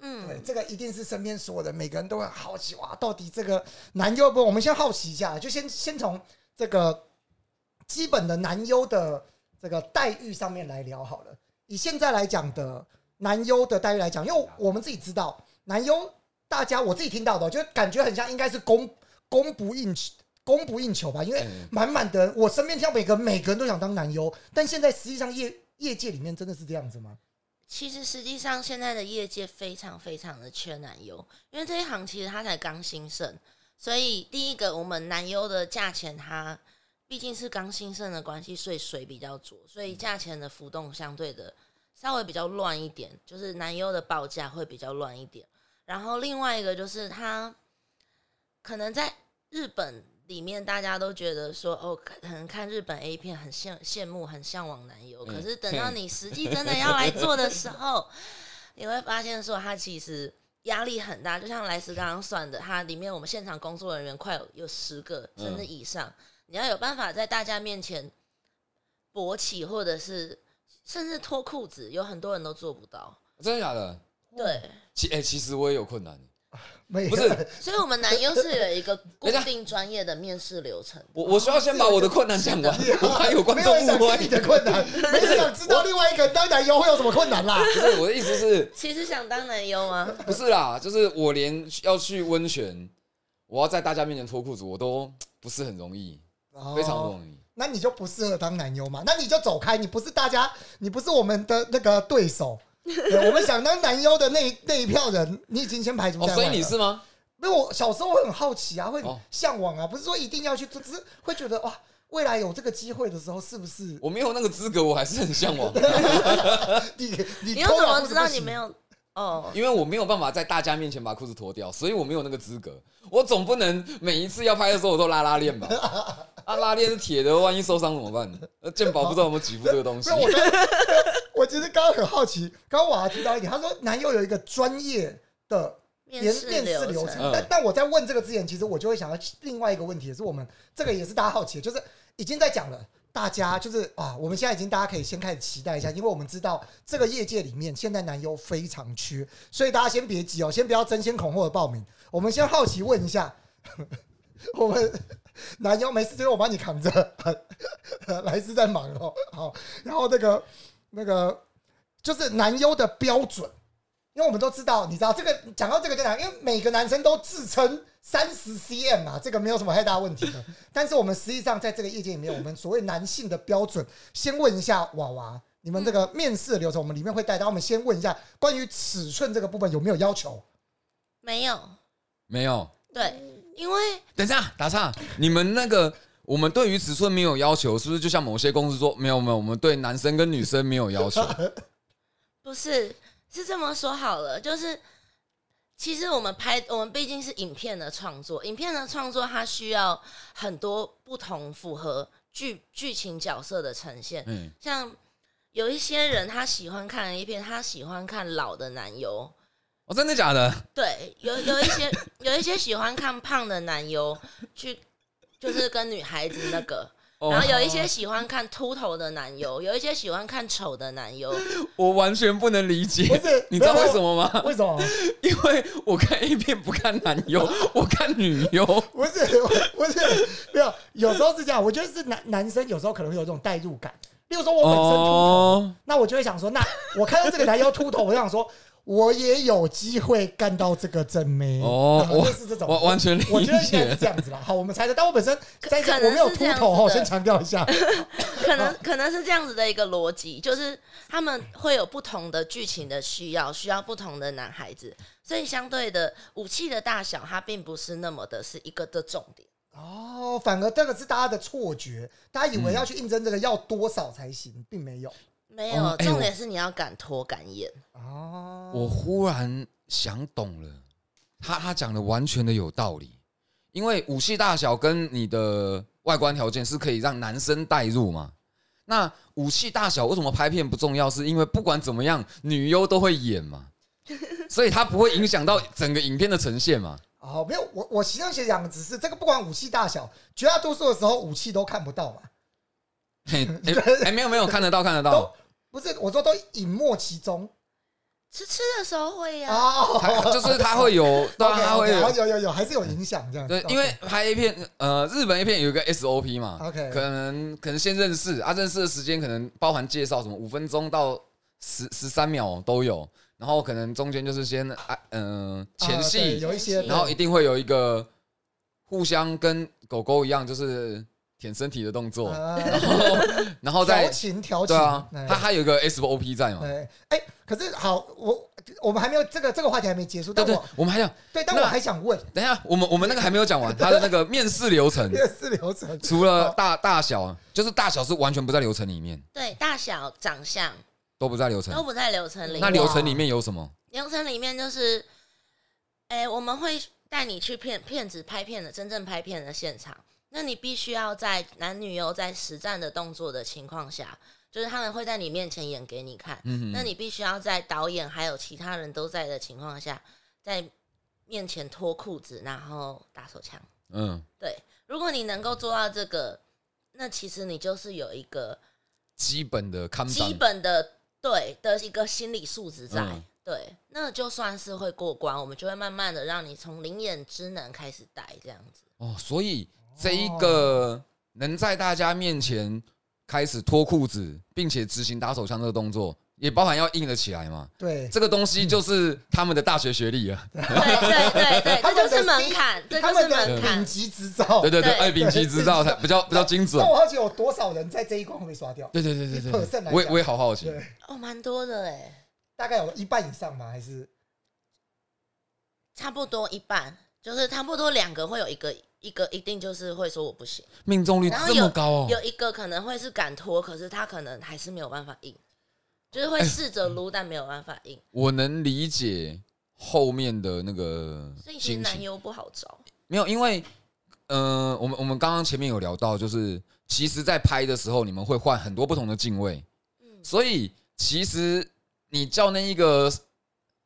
Speaker 2: 对，
Speaker 3: 嗯，
Speaker 2: 这个一定是身边所有人每个人都会好奇哇，到底这个男优不？我们先好奇一下，就先先从这个基本的男优的这个待遇上面来聊好了。以现在来讲的男优的待遇来讲，因为我们自己知道男优，大家我自己听到的，就感觉很像应该是供供不应求供不应求吧，因为
Speaker 1: 嗯
Speaker 2: 满满的我身边听到每个人每个人都想当男优，但现在实际上业业界里面真的是这样子吗？
Speaker 3: 其实实际上现在的业界非常非常的缺男优，因为这一行其实它才刚兴盛，所以第一个我们男优的价钱它毕竟是刚兴盛的关系，所以水比较浊，所以价钱的浮动相对的稍微比较乱一点，就是男优的报价会比较乱一点。然后另外一个就是它可能在日本里面，大家都觉得说哦，可可能看日本 A 片很羡羡慕、很向往男优，
Speaker 1: 嗯
Speaker 3: 可是等到你实际真的要来做的时候，你会发现说他其实。压力很大，就像莱斯刚刚算的，它里面我们现场工作人员快有有十个甚至以上，你要有办法在大家面前勃起，或者是甚至脱裤子，有很多人都做不到。
Speaker 1: 真的假的？
Speaker 3: 对，
Speaker 1: 其哎、其实我也有困难。
Speaker 2: 没有
Speaker 1: 不是
Speaker 3: 所以我们男优是有一个固
Speaker 1: 一下
Speaker 3: 定专业的面试流程。
Speaker 1: 我我需要先把我的困难讲完，我怕有观众
Speaker 2: 啊没有人想
Speaker 1: 误
Speaker 2: 听你的
Speaker 1: 会。
Speaker 2: 困难，没人想知道另外一个人当男优会有什么困难啦。
Speaker 1: 不是我的意思是，
Speaker 3: 其实想当男优吗？
Speaker 1: 不是啦，就是我连要去温泉，我要在大家面前脱裤子，我都不是很容易， 非常不
Speaker 2: 哦，
Speaker 1: 容易。
Speaker 2: 那你就不适合当男优嘛？那你就走开，你不是大家，你不是我们的那个对手。对我们想当男优的那一 那一票人，你已经先排除在
Speaker 1: 哦，
Speaker 2: 外了。
Speaker 1: 所以你是吗？
Speaker 2: 没有？我小时候会很好奇啊，会很
Speaker 1: 哦
Speaker 2: 向往啊，不是说一定要去做，只是会觉得哇，未来有这个机会的时候，是不 是
Speaker 1: 我没有那个资格，我还是很向往，
Speaker 2: 你你
Speaker 3: 你
Speaker 2: 你
Speaker 3: 又怎么知道你没有？哦，
Speaker 1: 因为我没有办法在大家面前把裤子脱掉，所以我没有那个资格。我总不能每一次要拍的时候我都拉拉链吧？啊，拉链是铁的，万一受伤怎么办？呃，健保不知道有没有给付这个东西
Speaker 2: 所以。我刚， 我其实刚刚很好奇，刚刚我还提到一点，他说男优有一个专业的
Speaker 3: 面试
Speaker 2: 面试
Speaker 3: 流
Speaker 2: 流
Speaker 3: 程
Speaker 2: 程。
Speaker 1: 嗯
Speaker 2: 但但我在问这个之前，其实我就会想到另外一个问题，也是我们这个也是大家好奇的，就是已经在讲了。大家就是啊，我们现在已经大家可以先开始期待一下，因为我们知道这个业界里面现在男优非常缺，所以大家先别急哦，先不要争先恐后的报名，我们先好奇问一下， 我们男优没事，这个我帮你扛着，来自在忙哦，好，然后那个那个就是男优的标准，因为我们都知道，你知道这个讲到这个就讲，因为每个男生都自称三十 cm 嘛，这个没有什么太大问题的。 但是我们实际上在这个业界里面，我们所谓男性的标准，先问一下娃娃，你们这
Speaker 1: 嗯
Speaker 2: 个面试的流程，我们里面会带到，我们先问一下关于尺寸这个部分有没有要求？
Speaker 3: 没有，
Speaker 1: 没有。
Speaker 3: 对，因为
Speaker 1: 等一下，打岔，你们那个我们对于尺寸没有要求，是不是就像某些公司说没有没有，我们对男生跟女生没有 要求？
Speaker 3: 不是，是这么说好了，就是其实我们拍，我们毕竟是影片的创作，影片的创作它需要很多不同符合剧剧情角色的呈现，
Speaker 1: 嗯，
Speaker 3: 像。有一些人他喜欢看 A 片，他喜欢看老的男优，
Speaker 1: 哦，真的假的？
Speaker 3: 对，有有一些有一些喜欢看胖的男优去，就是跟女孩子那个，
Speaker 1: 哦
Speaker 3: 然后有一些喜欢看秃头的男优，有一些喜欢看丑的男优。
Speaker 1: 我完全不能理
Speaker 2: 不
Speaker 1: 解，
Speaker 2: 是，
Speaker 1: 你知道
Speaker 2: 没有
Speaker 1: 为什？么吗？
Speaker 2: 为什么？
Speaker 1: 因为我看 A 片不看男优， 我看女优。
Speaker 2: 不是，不是， 没有。有时候是这样，我觉得是男男生有时候可能会有这种代入感。例如说，我本身秃头，
Speaker 1: 哦，
Speaker 2: 那我就会想说，那我看到这个男优秃头，我就想说，我也有机会干到这个正妹
Speaker 1: 哦
Speaker 2: 然后就是这种
Speaker 1: 我完全理
Speaker 2: 我觉得应该
Speaker 1: 解。
Speaker 2: 是这样子啦。好，我们猜测，但我本身在
Speaker 3: 可可能
Speaker 2: 我没有
Speaker 3: 是
Speaker 2: 秃
Speaker 3: 这样
Speaker 2: 头哈，哦
Speaker 3: 子
Speaker 2: 我
Speaker 3: 的
Speaker 2: 先强调一下。
Speaker 3: 可能
Speaker 1: 哦
Speaker 3: 可能是这样子的一个逻辑，就是他们会有不同的剧情的需要，需要不同的男孩子，所以相对的武器的大小，它并不是那么的是一个的重点。
Speaker 2: 哦，反而这个是大家的错觉，大家以为要去应征这个要多少才行，并没有。
Speaker 3: 没有，
Speaker 1: 哦哎
Speaker 3: 重点是你要敢脱敢演。
Speaker 2: 哦，
Speaker 1: 我忽然想懂了，他他讲的完全的有道理，因为武器大小跟你的外观条件是可以让男生代入嘛。那武器大小为什么拍片不重要？是因为不管怎么样，女优都会演嘛，所以它不会影响到整个影片的呈现嘛。
Speaker 2: 哦，没有，我我形象学讲的只是这个，不管武器大小，绝大多数的时候武器都看不到嘛，
Speaker 1: 嘿，哎、哎没有没有，看得到看得
Speaker 2: 都
Speaker 1: 到，
Speaker 2: 不是我说都隐没其中
Speaker 3: 吃吃的时候会呀、
Speaker 2: 哦。
Speaker 1: 它就是它会有，对啊，它会
Speaker 2: OK，OK，好
Speaker 1: 有，
Speaker 2: 有有有，还是有影响这样子。
Speaker 1: 对，因为拍 A 片，呃，日本 A 片有一个 SOP 嘛
Speaker 2: OK 啊
Speaker 1: 可能可能先认识啊，认识的时间可能包含介绍什么五分钟到十十三秒都有，然后可能中间就是先啊，嗯、前
Speaker 2: 啊对
Speaker 1: 戏，
Speaker 2: 有一些，
Speaker 1: 然后
Speaker 2: 对
Speaker 1: 一定会有一个互相跟狗狗一样，就是舔身体的动作，
Speaker 2: 啊
Speaker 1: 然后
Speaker 2: 调
Speaker 1: 再
Speaker 2: 情调
Speaker 1: 对
Speaker 2: 情
Speaker 1: 啊，
Speaker 2: 哎
Speaker 1: 它它有一个 SOP 在嘛，
Speaker 2: 对，哎，可是好，我我们还没有这个这个话题还没结束，
Speaker 1: 对
Speaker 2: 但
Speaker 1: 对
Speaker 2: 我，
Speaker 1: 我们还想
Speaker 2: 对，但
Speaker 1: 那嗯
Speaker 2: 我还想 问
Speaker 1: 等一下，我们我们那个还没有讲完，它的那个面试流 程。
Speaker 2: 面试流程，
Speaker 1: 除了大大小，就是大小是完全不在流程里面，
Speaker 3: 对，大小、长相
Speaker 1: 都不在流程
Speaker 3: 都。不在流程里。
Speaker 1: 那流程里面有什么？
Speaker 3: 流程里面就是，哎、我们会带你去骗骗子拍片的真正拍片的现场。那你必须要在男女优在实战的动作的情况下，就是他们会在你面前演给你看。
Speaker 1: 嗯
Speaker 3: 那你必须要在导演还有其他人都在的情况下，在面前脱裤子，然后打手枪。
Speaker 1: 嗯，
Speaker 3: 对，如果你能够做到这个，那其实你就是有一个
Speaker 1: 基本的看
Speaker 3: 基本的对的一个心理素质在。
Speaker 1: 嗯
Speaker 3: 对，那就算是会过关，我们就会慢慢的让你从灵眼之能开始带这样 子。
Speaker 1: 哦，所以这一
Speaker 2: 哦
Speaker 1: 个能在大家面前开始脱裤子，并且执行打手枪这个动作，也包含要硬得起来嘛。
Speaker 2: 对，
Speaker 1: 这个东西就是他们的大学学历啊，
Speaker 3: 对对对对，
Speaker 2: 他
Speaker 3: 这
Speaker 2: 们
Speaker 3: 就
Speaker 2: 的
Speaker 3: 是门
Speaker 2: C-
Speaker 3: 槛，这
Speaker 2: 他
Speaker 3: 就是
Speaker 2: 们
Speaker 3: 门
Speaker 2: 的
Speaker 3: 槛
Speaker 2: 顶。级执照，
Speaker 1: 对对对，
Speaker 3: 对
Speaker 1: 哎，丙级执照才比较比较精准
Speaker 2: 那。我好奇有多少人在这一关会刷掉？
Speaker 1: 对对对对对
Speaker 2: 1%
Speaker 1: 对，
Speaker 2: 来讲
Speaker 1: 我也我也好好奇，
Speaker 2: 对，
Speaker 3: 哦，蛮多的哎，
Speaker 2: 大概有一半以上吗？还是
Speaker 3: 差不多一半，就是差不多两个会有一个一个一定就是会说我不行，
Speaker 1: 命中率
Speaker 3: 然后
Speaker 1: 这么
Speaker 3: 有
Speaker 1: 高哦
Speaker 3: 有。一个可能会是敢拖，可是他可能还是没有办法硬，就是会试着撸但没有办法硬，
Speaker 1: 我能理解后面的那个
Speaker 3: 所以其实
Speaker 1: 心
Speaker 3: 男
Speaker 1: 情，
Speaker 3: 优不好找。
Speaker 1: 没有，因为呃，我们我们刚刚前面有聊到，就是其实，在拍的时候，你们会换很多不同的镜位，
Speaker 3: 嗯
Speaker 1: 所以其实你叫那一个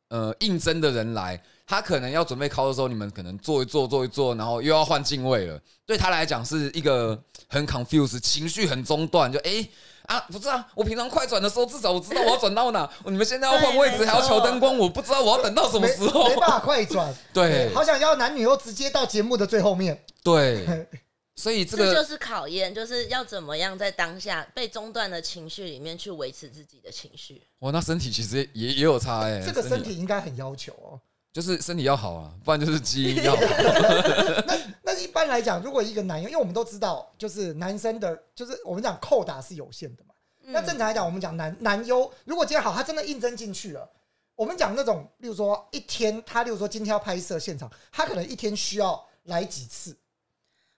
Speaker 1: 呃应征的人来，他可能要准备考的时候，你们可能做一做做一做，然后又要换镜位了，对他来讲是一个很 confused，情绪很中断，就诶啊，不是啊，我平常快转的时候，至少我知道我要转到哪。你们现在要换位置，
Speaker 3: 对
Speaker 1: 还要调灯光，我不知道我要等到什么
Speaker 2: 没
Speaker 1: 时候
Speaker 2: 没。办法快转？
Speaker 1: 对
Speaker 2: 好想要男女又直接到节目的最后面。
Speaker 1: 对，所以这
Speaker 3: 这
Speaker 1: 个
Speaker 3: 就是考验，就是要怎么样在当下被中断的情绪里面去维持自己的情绪。
Speaker 1: 哇，那身体其实也也有差哎、欸，
Speaker 2: 这个身体应该很要求哦。
Speaker 1: 就是身体要好啊，不然就是基因 要好。
Speaker 2: 那一般来讲，如果一个男优，因为我们都知道，就是男生的，就是我们讲扣打是有限的嘛。
Speaker 1: 嗯
Speaker 3: 嗯
Speaker 2: 那正常来讲，我们讲男男优，如果今天好，他真的应征进去了，我们讲那种，例如说一天，他例如说今天要拍摄现场，他可能一天需要来几次。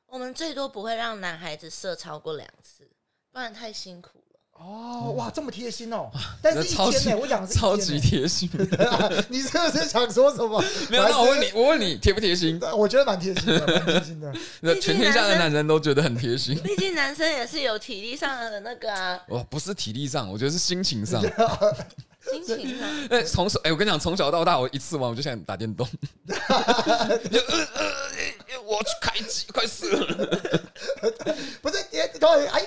Speaker 3: 我们最多不会让男孩子射超过两次，不然太辛苦了。
Speaker 2: 哦，哇，这么贴心哦！但是一
Speaker 1: 超级
Speaker 2: 天呢、我讲的是一天
Speaker 1: 超级
Speaker 2: 欸
Speaker 1: 贴心。
Speaker 2: 你是不是想说什么？
Speaker 1: 没有，那我问
Speaker 2: 还
Speaker 1: 你，我问你贴不贴心？
Speaker 2: 是，我觉得蛮贴心 的，蛮贴心的。
Speaker 1: 那
Speaker 3: 毕竟
Speaker 1: 全天下的
Speaker 3: 男生
Speaker 1: 男人都觉得很贴心。
Speaker 3: 毕竟男生也是有体力上的那个啊，
Speaker 1: 哇，不是体力上，我觉得是心情上。
Speaker 3: 心情啊上。
Speaker 1: 哎，从小哎，我跟你讲，从小到大，我一次玩我就想打电 动，就呃呃呃，哎哎我要去开机，快死了。
Speaker 2: 不是，也当然哎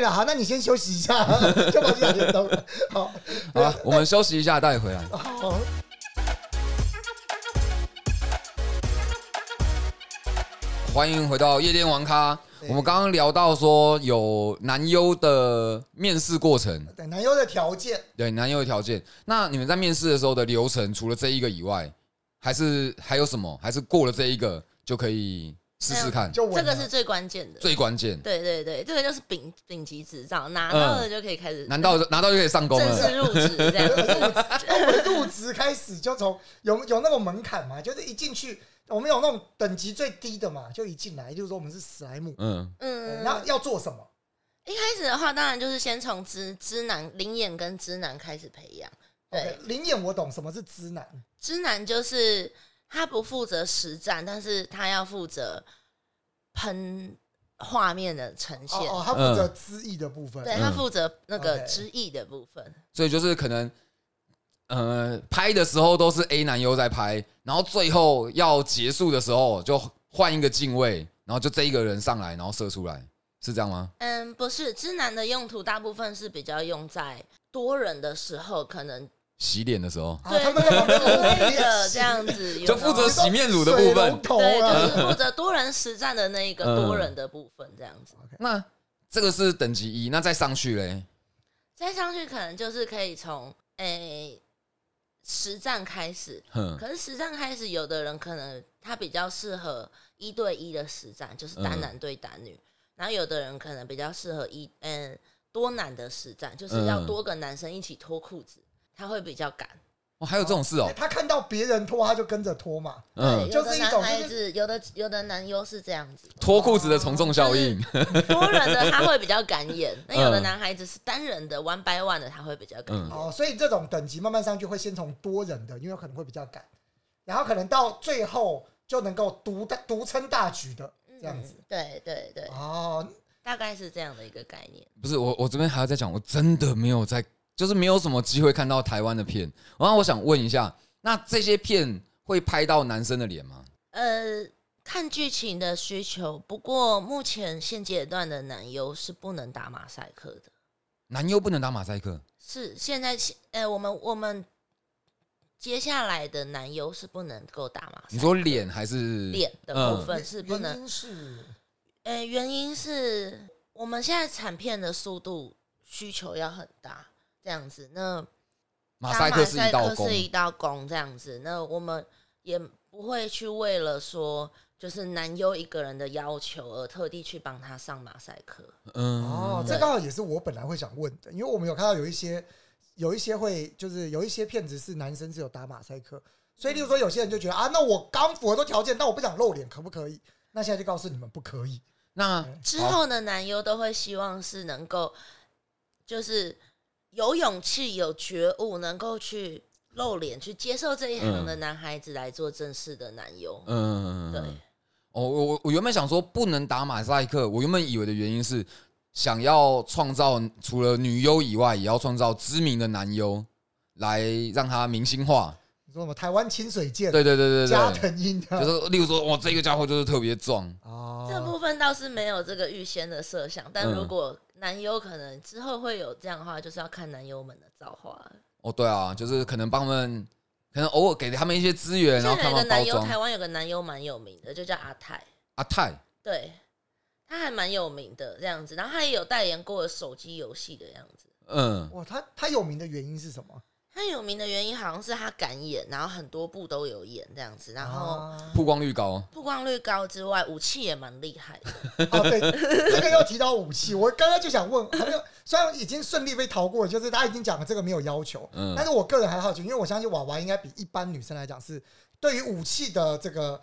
Speaker 2: 了，好，那你先休息一下， 就把这两天都好，
Speaker 1: 好了，我们休息一下，待会回来。
Speaker 2: 好，
Speaker 1: 欢迎回到夜店王咖。
Speaker 2: 对
Speaker 1: 我们刚刚聊到说有男优的面试过程，
Speaker 2: 对，男优的条件，
Speaker 1: 对男优的条件。那你们在面试的时候的流程，除了这一个以外，还是还有什么？还是过了这一个就可以试试看？
Speaker 2: 就稳
Speaker 3: 这个
Speaker 2: 了
Speaker 3: 是最关键的。
Speaker 1: 最关键，
Speaker 3: 对对对，这个就是丙丙级执照，拿到了就可以开始，
Speaker 1: 拿到拿到就可以上工
Speaker 3: 正
Speaker 1: 了？
Speaker 3: 式入职这样子。
Speaker 2: 我们入职开始就从有有那种门槛嘛，就是一进去，我们有那种等级最低的嘛，就一进来，就是说我们是史莱姆，
Speaker 1: 嗯，
Speaker 3: 嗯，
Speaker 2: 那要做什么？
Speaker 3: 一开始的话，当然就是先从知知男、灵眼跟知男开始培养。对
Speaker 2: OK，，灵眼我懂，什么是知男？
Speaker 3: 知男就是他不负责实战，但是他要负责喷画面的呈现，
Speaker 2: 哦哦，他负责知意的部分。
Speaker 3: 对
Speaker 1: 嗯
Speaker 3: 他负责那个
Speaker 2: OK
Speaker 3: 知意的部分。
Speaker 1: 所以就是可能，呃，拍的时候都是 A 男优在拍，然后最后要结束的时候就换一个镜位，然后就这一个人上来，然后射出来，是这样吗？
Speaker 3: 嗯，不是，知男的用途大部分是比较用在多人的时候，可能
Speaker 1: 洗脸的时候，
Speaker 2: 啊，
Speaker 3: 对
Speaker 2: 他们在旁边
Speaker 3: 之 类的
Speaker 2: 练习
Speaker 3: 这样子，
Speaker 1: 就负责洗面乳的部分。
Speaker 2: 对
Speaker 3: 对，就是负责多人实战的那一个
Speaker 1: 嗯
Speaker 3: 多人的部分，这样子。
Speaker 1: 那这个是等级一，那再上去嘞，
Speaker 3: 再上去可能就是可以从诶、实战开始，
Speaker 1: 哼，
Speaker 3: 可是实战开始，有的人可能他比较适合一对一的实战，就是单
Speaker 1: 嗯
Speaker 3: 男对单女，然后有的人可能比较适合一嗯多男的实战，就是
Speaker 1: 嗯
Speaker 3: 要多个男生一起脱裤子，他会比较敢。
Speaker 1: 哦，还有这种事哦，
Speaker 2: 他看到别人脱，他就跟着脱嘛。
Speaker 1: 嗯
Speaker 3: 对，
Speaker 2: 就
Speaker 3: 有
Speaker 2: 是
Speaker 3: 的
Speaker 2: 一
Speaker 3: 男
Speaker 2: 种
Speaker 3: 孩
Speaker 2: 就是
Speaker 3: 子，有的有的男优是这样 子，
Speaker 1: 脱裤子的从众效应，
Speaker 3: 嗯多人的他会比较敢 演，那有的
Speaker 1: 嗯
Speaker 3: 男孩子是单人的，one by one 的他会比较
Speaker 1: 嗯
Speaker 3: 敢演。
Speaker 2: 哦，所以这种等级慢慢上去，会先从多人的，因为可能会比较赶，然后可能到最后就能够独大独撑大局的这样子。
Speaker 3: 嗯对对对，
Speaker 2: 哦，
Speaker 3: 大概是这样的一个概念。
Speaker 1: 不是我，我这边还要再讲，我真的没有在，就是没有什么机会看到台湾的片。然后我想问一下，那这些片会拍到男生的脸吗？
Speaker 3: 呃，看剧情的需求，不过目前现阶段的男优是不能打马赛克的，
Speaker 1: 男优不能打马赛克，
Speaker 3: 是现在起呃，我们我们接下来的男优是不能够打马
Speaker 1: 你
Speaker 3: 赛克。
Speaker 1: 说脸还是
Speaker 3: 脸的部
Speaker 1: 嗯
Speaker 3: 分是不
Speaker 2: 原
Speaker 3: 能，
Speaker 2: 因是
Speaker 3: 呃，原因是我们现在产片的速度需求要很大，这样子。那
Speaker 1: 马赛克是一道
Speaker 3: 打马赛克
Speaker 1: 工
Speaker 3: 是，一道工这样子。那我们也不会去为了说就是男优一个人的要求而特地去帮他上马赛克。
Speaker 2: 哦
Speaker 1: 嗯，，
Speaker 2: 这刚好也是我本来会想问的，因为我们有看到有一些有一些会就是有一些骗子是男生是有打马赛克，所以例如说有些人就觉得啊，那我刚符合都条件，但我不想露脸，可不可以？那现在就告诉你们不可以。
Speaker 1: 那
Speaker 3: 之
Speaker 1: 好
Speaker 3: 后的男优都会希望是能够，就是有勇气、有觉悟，能够去露脸、去接受这一行的男孩子来做正式的男优。
Speaker 1: 嗯，
Speaker 3: 对，
Speaker 1: 哦，我我我原本想说不能打马赛克，我原本以为的原因是想要创造除了女优以外，也要创造知名的男优，来让他明星化。
Speaker 2: 你说什么台湾清水剑、
Speaker 1: 对对对对
Speaker 2: 加
Speaker 1: 对，
Speaker 2: 藤鹰的
Speaker 1: 就是例如说，哇，这个家伙就是特别壮，
Speaker 2: 哦
Speaker 3: 这部分倒是没有这个预先的设想，但
Speaker 1: 嗯
Speaker 3: 如果男优可能之后会有这样的话，就是要看男优们的造化了。
Speaker 1: 哦，对啊，就是可能帮他们，可能偶尔给他们一些资源，然后
Speaker 3: 现在
Speaker 1: 看他
Speaker 3: 有一个
Speaker 1: 们包
Speaker 3: 男优，
Speaker 1: 装啊
Speaker 3: 台。湾有个男优蛮有名的，就叫阿泰，
Speaker 1: 阿泰，
Speaker 3: 对，他还蛮有名的这样子，然后他也有代言过手机游戏的样子。
Speaker 1: 嗯，
Speaker 2: 哇，他他有名的原因是什么？
Speaker 3: 他有名的原因好像是他敢演，然后很多部都有演这样子，然后
Speaker 2: 啊
Speaker 1: 曝光率高，
Speaker 3: 曝光率高之外，武器也蛮厉害的。
Speaker 2: 哦，对，这个又提到武器，我刚刚就想问，还没有，虽然已经顺利被逃过，就是他已经讲了这个没有要求，
Speaker 1: 嗯
Speaker 2: 但是我个人还好奇，因为我相信娃娃应该比一般女生来讲是对于武器的这个。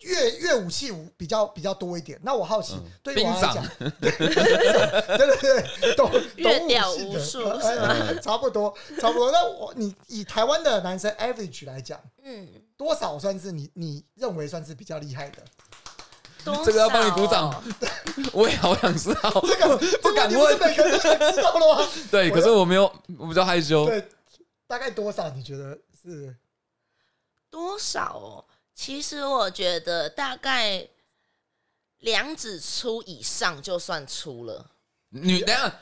Speaker 2: 越越武器比较比较多一点，那我好奇，
Speaker 1: 嗯
Speaker 2: 对于我来
Speaker 1: 兵长
Speaker 2: 讲， 对对对，懂
Speaker 3: 越
Speaker 2: 懂
Speaker 3: 屌
Speaker 2: 武器
Speaker 3: 无
Speaker 2: 的
Speaker 3: 术
Speaker 2: 呃
Speaker 3: 是
Speaker 2: 呃差不多差不多。那我你以台湾的男生 average 来讲，
Speaker 3: 嗯，
Speaker 2: 多少算是你你认为算是比较厉害的？
Speaker 3: 多
Speaker 1: 这个要帮你
Speaker 3: 少
Speaker 1: 鼓掌
Speaker 3: 哦
Speaker 1: 我也好想知道，
Speaker 2: 这个
Speaker 1: 不敢
Speaker 2: 这个
Speaker 1: 问
Speaker 2: 你不是每个人都想知道 了吗？
Speaker 1: 对，
Speaker 2: 我
Speaker 1: 可是我没有，我比较害羞。
Speaker 2: 对，大概多少？你觉得是？
Speaker 3: 多少哦？其实我觉得大概两指粗以上就算粗了。
Speaker 1: 你等一下，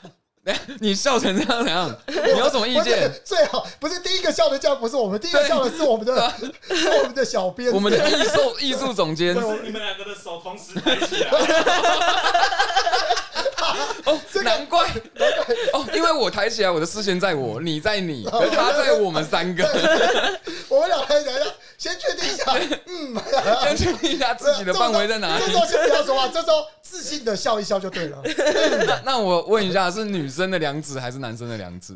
Speaker 1: 等一下，你笑成这样，怎样？ 你有什么意
Speaker 2: 不
Speaker 1: 见？
Speaker 2: 是最好不是第一个笑的叫不是我们，第一个
Speaker 1: 对
Speaker 2: 笑的是我们的，是我们的小编，
Speaker 1: 啊我们的艺术艺术总监
Speaker 2: 对我
Speaker 4: 是你们两个的手同时抬起来，
Speaker 1: 哦
Speaker 2: 这，个
Speaker 1: 难怪哦，因为我抬起来，我的视线在我，你在你，
Speaker 2: 哦
Speaker 1: 他在我们三个，
Speaker 2: 我们俩来讲一下，先确定一下，嗯，
Speaker 1: 先确定一下 自己的范围在哪里
Speaker 2: 这。周先不要说话，这周自信的笑一笑就对了。
Speaker 1: 那那我问一下，是女生的两指还是男生的两指？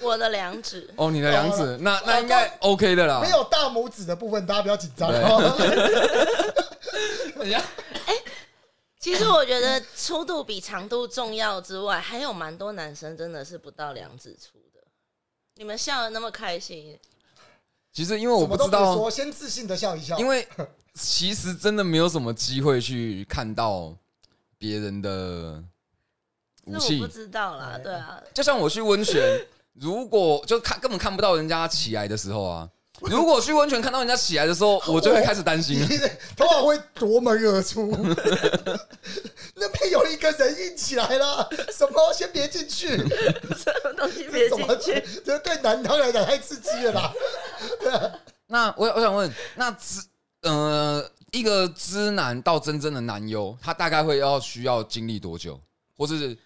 Speaker 3: 我的两指，
Speaker 1: 哦，你的两
Speaker 2: 好
Speaker 1: 指，那那应该 OK 的啦。
Speaker 2: 没，有大拇指的部分，大家不要紧张
Speaker 1: 啊对
Speaker 2: 哦。
Speaker 1: 等一下，
Speaker 3: 其实我觉得粗度比长度重要之外，还有蛮多男生真的是不到两指粗的。你们笑的那么开心，
Speaker 1: 其实因为我
Speaker 2: 什
Speaker 1: 不
Speaker 2: 么都
Speaker 1: 知道，
Speaker 2: 说，先自信的笑一笑。
Speaker 1: 因为其实真的没有什么机会去看到别人的武
Speaker 3: 那我不
Speaker 1: 器。哎
Speaker 3: 知道啦，对 啊，
Speaker 1: 就像我去温 泉，如果就看根本看不到人家起来的时候啊，如果去温泉看到人家起来的时 候，我就会开始担心了。
Speaker 2: 你头发会夺门 而出， 那边有一个人硬起来了，什么？先别进去，
Speaker 3: 什么东西别
Speaker 2: 怎
Speaker 3: 进
Speaker 2: 么？
Speaker 3: 去。
Speaker 2: 这对男汤来讲太刺激了啦。
Speaker 1: 那我我想问，那知呃一个知男到真正的男优，他大概会要需要经历多久？或是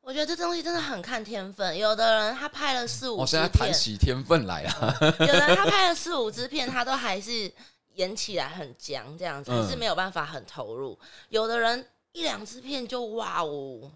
Speaker 3: 我觉得这东西真的很看天分，有的人他拍了四
Speaker 1: 我、
Speaker 3: 五
Speaker 1: 哦现在
Speaker 3: 支
Speaker 1: 谈
Speaker 3: 片，
Speaker 1: 起天分来啊？
Speaker 3: 有的人他拍了四五支片，他都还是演起来很僵这样子，
Speaker 1: 嗯
Speaker 3: 还是没有办法很投入。有的人一两支片就哇哦，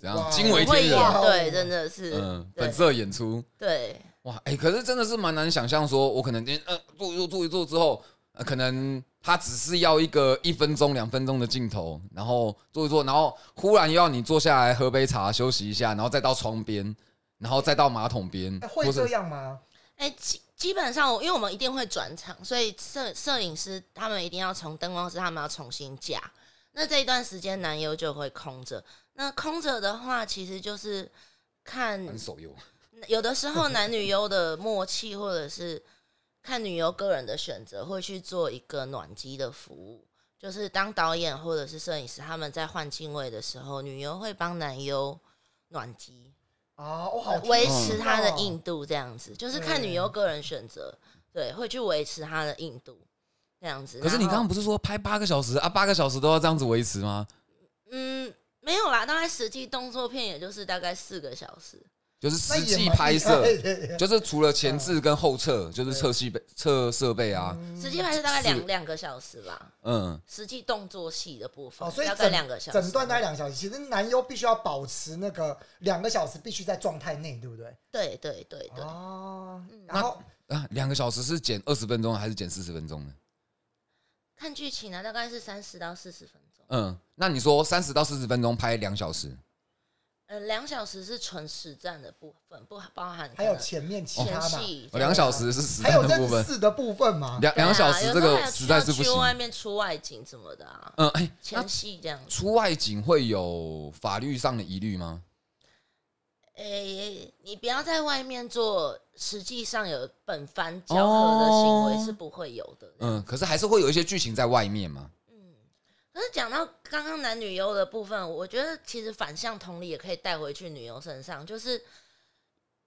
Speaker 1: 然后
Speaker 2: 哇
Speaker 1: 惊为
Speaker 3: 很会
Speaker 1: 天
Speaker 3: 演
Speaker 1: 人，
Speaker 2: 啊，
Speaker 3: 对，真的是，
Speaker 1: 嗯，
Speaker 3: 对
Speaker 1: 本色演出，
Speaker 3: 对，
Speaker 1: 哇，哎、可是真的是蛮难想象，说我可能今天呃做一做做一做之后、呃，可能他只是要一个一分钟两分钟的镜头，然后做一做，然后忽然又要你坐下来喝杯茶休息一下，然后再到窗边，然后再到马桶边，
Speaker 2: 会
Speaker 1: 或是
Speaker 2: 这样吗？
Speaker 3: 哎、基基本上我，因为我们一定会转场，所以摄摄影师他们一定要从灯光师他们要重新架。那这一段时间男优就会空着。那空着的话，其实就是看
Speaker 1: 很手游。
Speaker 3: 有的时候男女优的默契，或者是看女优个人的选择，会去做一个暖机的服务。就是当导演或者是摄影师他们在换镜位的时候，女优会帮男优暖机。
Speaker 2: 啊，我好
Speaker 3: 呃维
Speaker 1: 哦
Speaker 3: 持它的硬度，这样
Speaker 1: 嗯
Speaker 3: 子，就是看
Speaker 2: 对
Speaker 3: 女优个人选择，对，会去维持它的硬度，这样子。
Speaker 1: 可是
Speaker 3: 然
Speaker 1: 你刚
Speaker 3: 后
Speaker 1: 刚不是说拍八个小时啊？八个小时都要这样子维持吗？
Speaker 3: 嗯没有啦，大概实际动作片也就是大概四个小时，
Speaker 1: 就是
Speaker 2: 哦那
Speaker 1: 实
Speaker 2: 也
Speaker 1: 际
Speaker 2: 蛮
Speaker 1: 拍摄，
Speaker 2: 厉害 嗯的
Speaker 1: 就是除了前置跟后撤，就是测戏备测设备啊，
Speaker 3: 实际拍是大概
Speaker 1: 四
Speaker 3: 两两个小时啦，
Speaker 1: 嗯，
Speaker 3: 实际动作戏的部分
Speaker 2: 哦，所以
Speaker 3: 大概
Speaker 2: 整
Speaker 3: 两个小时，
Speaker 2: 整段大概两个小时。其实男优必须要保持那个两个小时必须在状态内，对不对？
Speaker 3: 对对对对，嗯
Speaker 2: 哦，然后
Speaker 1: 啊，两个小时是减二十分钟还是减四十分钟呢？
Speaker 3: 看剧情啊呢，大概是三十到四十分钟，
Speaker 1: 嗯，那你说三十到四十分钟拍两小时，
Speaker 3: 呃，两小时是纯实战的部分，不包含
Speaker 2: 还有前面其
Speaker 3: 前
Speaker 2: 他嘛，
Speaker 3: 戏
Speaker 1: 哦，两小时是实
Speaker 2: 还
Speaker 1: 战
Speaker 2: 有
Speaker 1: 的部
Speaker 2: 认
Speaker 1: 分，
Speaker 2: 识的部分嘛。
Speaker 1: 两两小
Speaker 3: 啊
Speaker 1: 时这个实在是
Speaker 3: 不
Speaker 1: 不
Speaker 3: 去
Speaker 1: 行。
Speaker 3: 外面出外景什么的啊，
Speaker 1: 嗯，哎，那
Speaker 3: 前戏这样子。
Speaker 1: 出外景会有法律上的疑虑吗？
Speaker 3: 诶、你不要在外面做，实际上有本番交合的行为
Speaker 1: 哦
Speaker 3: 是不会有的。哦嗯
Speaker 1: 嗯，可是还是会有一些剧情在外面嘛。
Speaker 3: 可是讲到刚刚男女优的部分，我觉得其实反向同理也可以带回去女优身上，就是，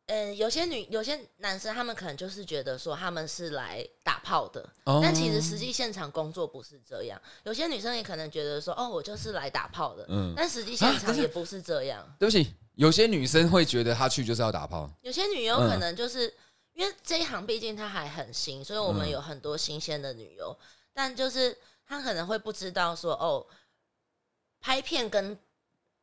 Speaker 3: 呃，有些女有些男生他们可能就是觉得说他们是来打炮的，
Speaker 1: 哦
Speaker 3: 但其实实际现场工作不是这样。有些女生也可能觉得说，哦，我就是来打炮的，
Speaker 1: 嗯
Speaker 3: 但实际现
Speaker 1: 啊但
Speaker 3: 场
Speaker 1: 是
Speaker 3: 也不是这样。
Speaker 1: 对不起，有些女生会觉得她去就是要打炮，
Speaker 3: 有些女优
Speaker 1: 嗯
Speaker 3: 可能就是、因为这一行毕竟她还很新，所以我
Speaker 1: 嗯
Speaker 3: 们有很多新鲜的女优，但就是她可能会不知道说哦，拍片跟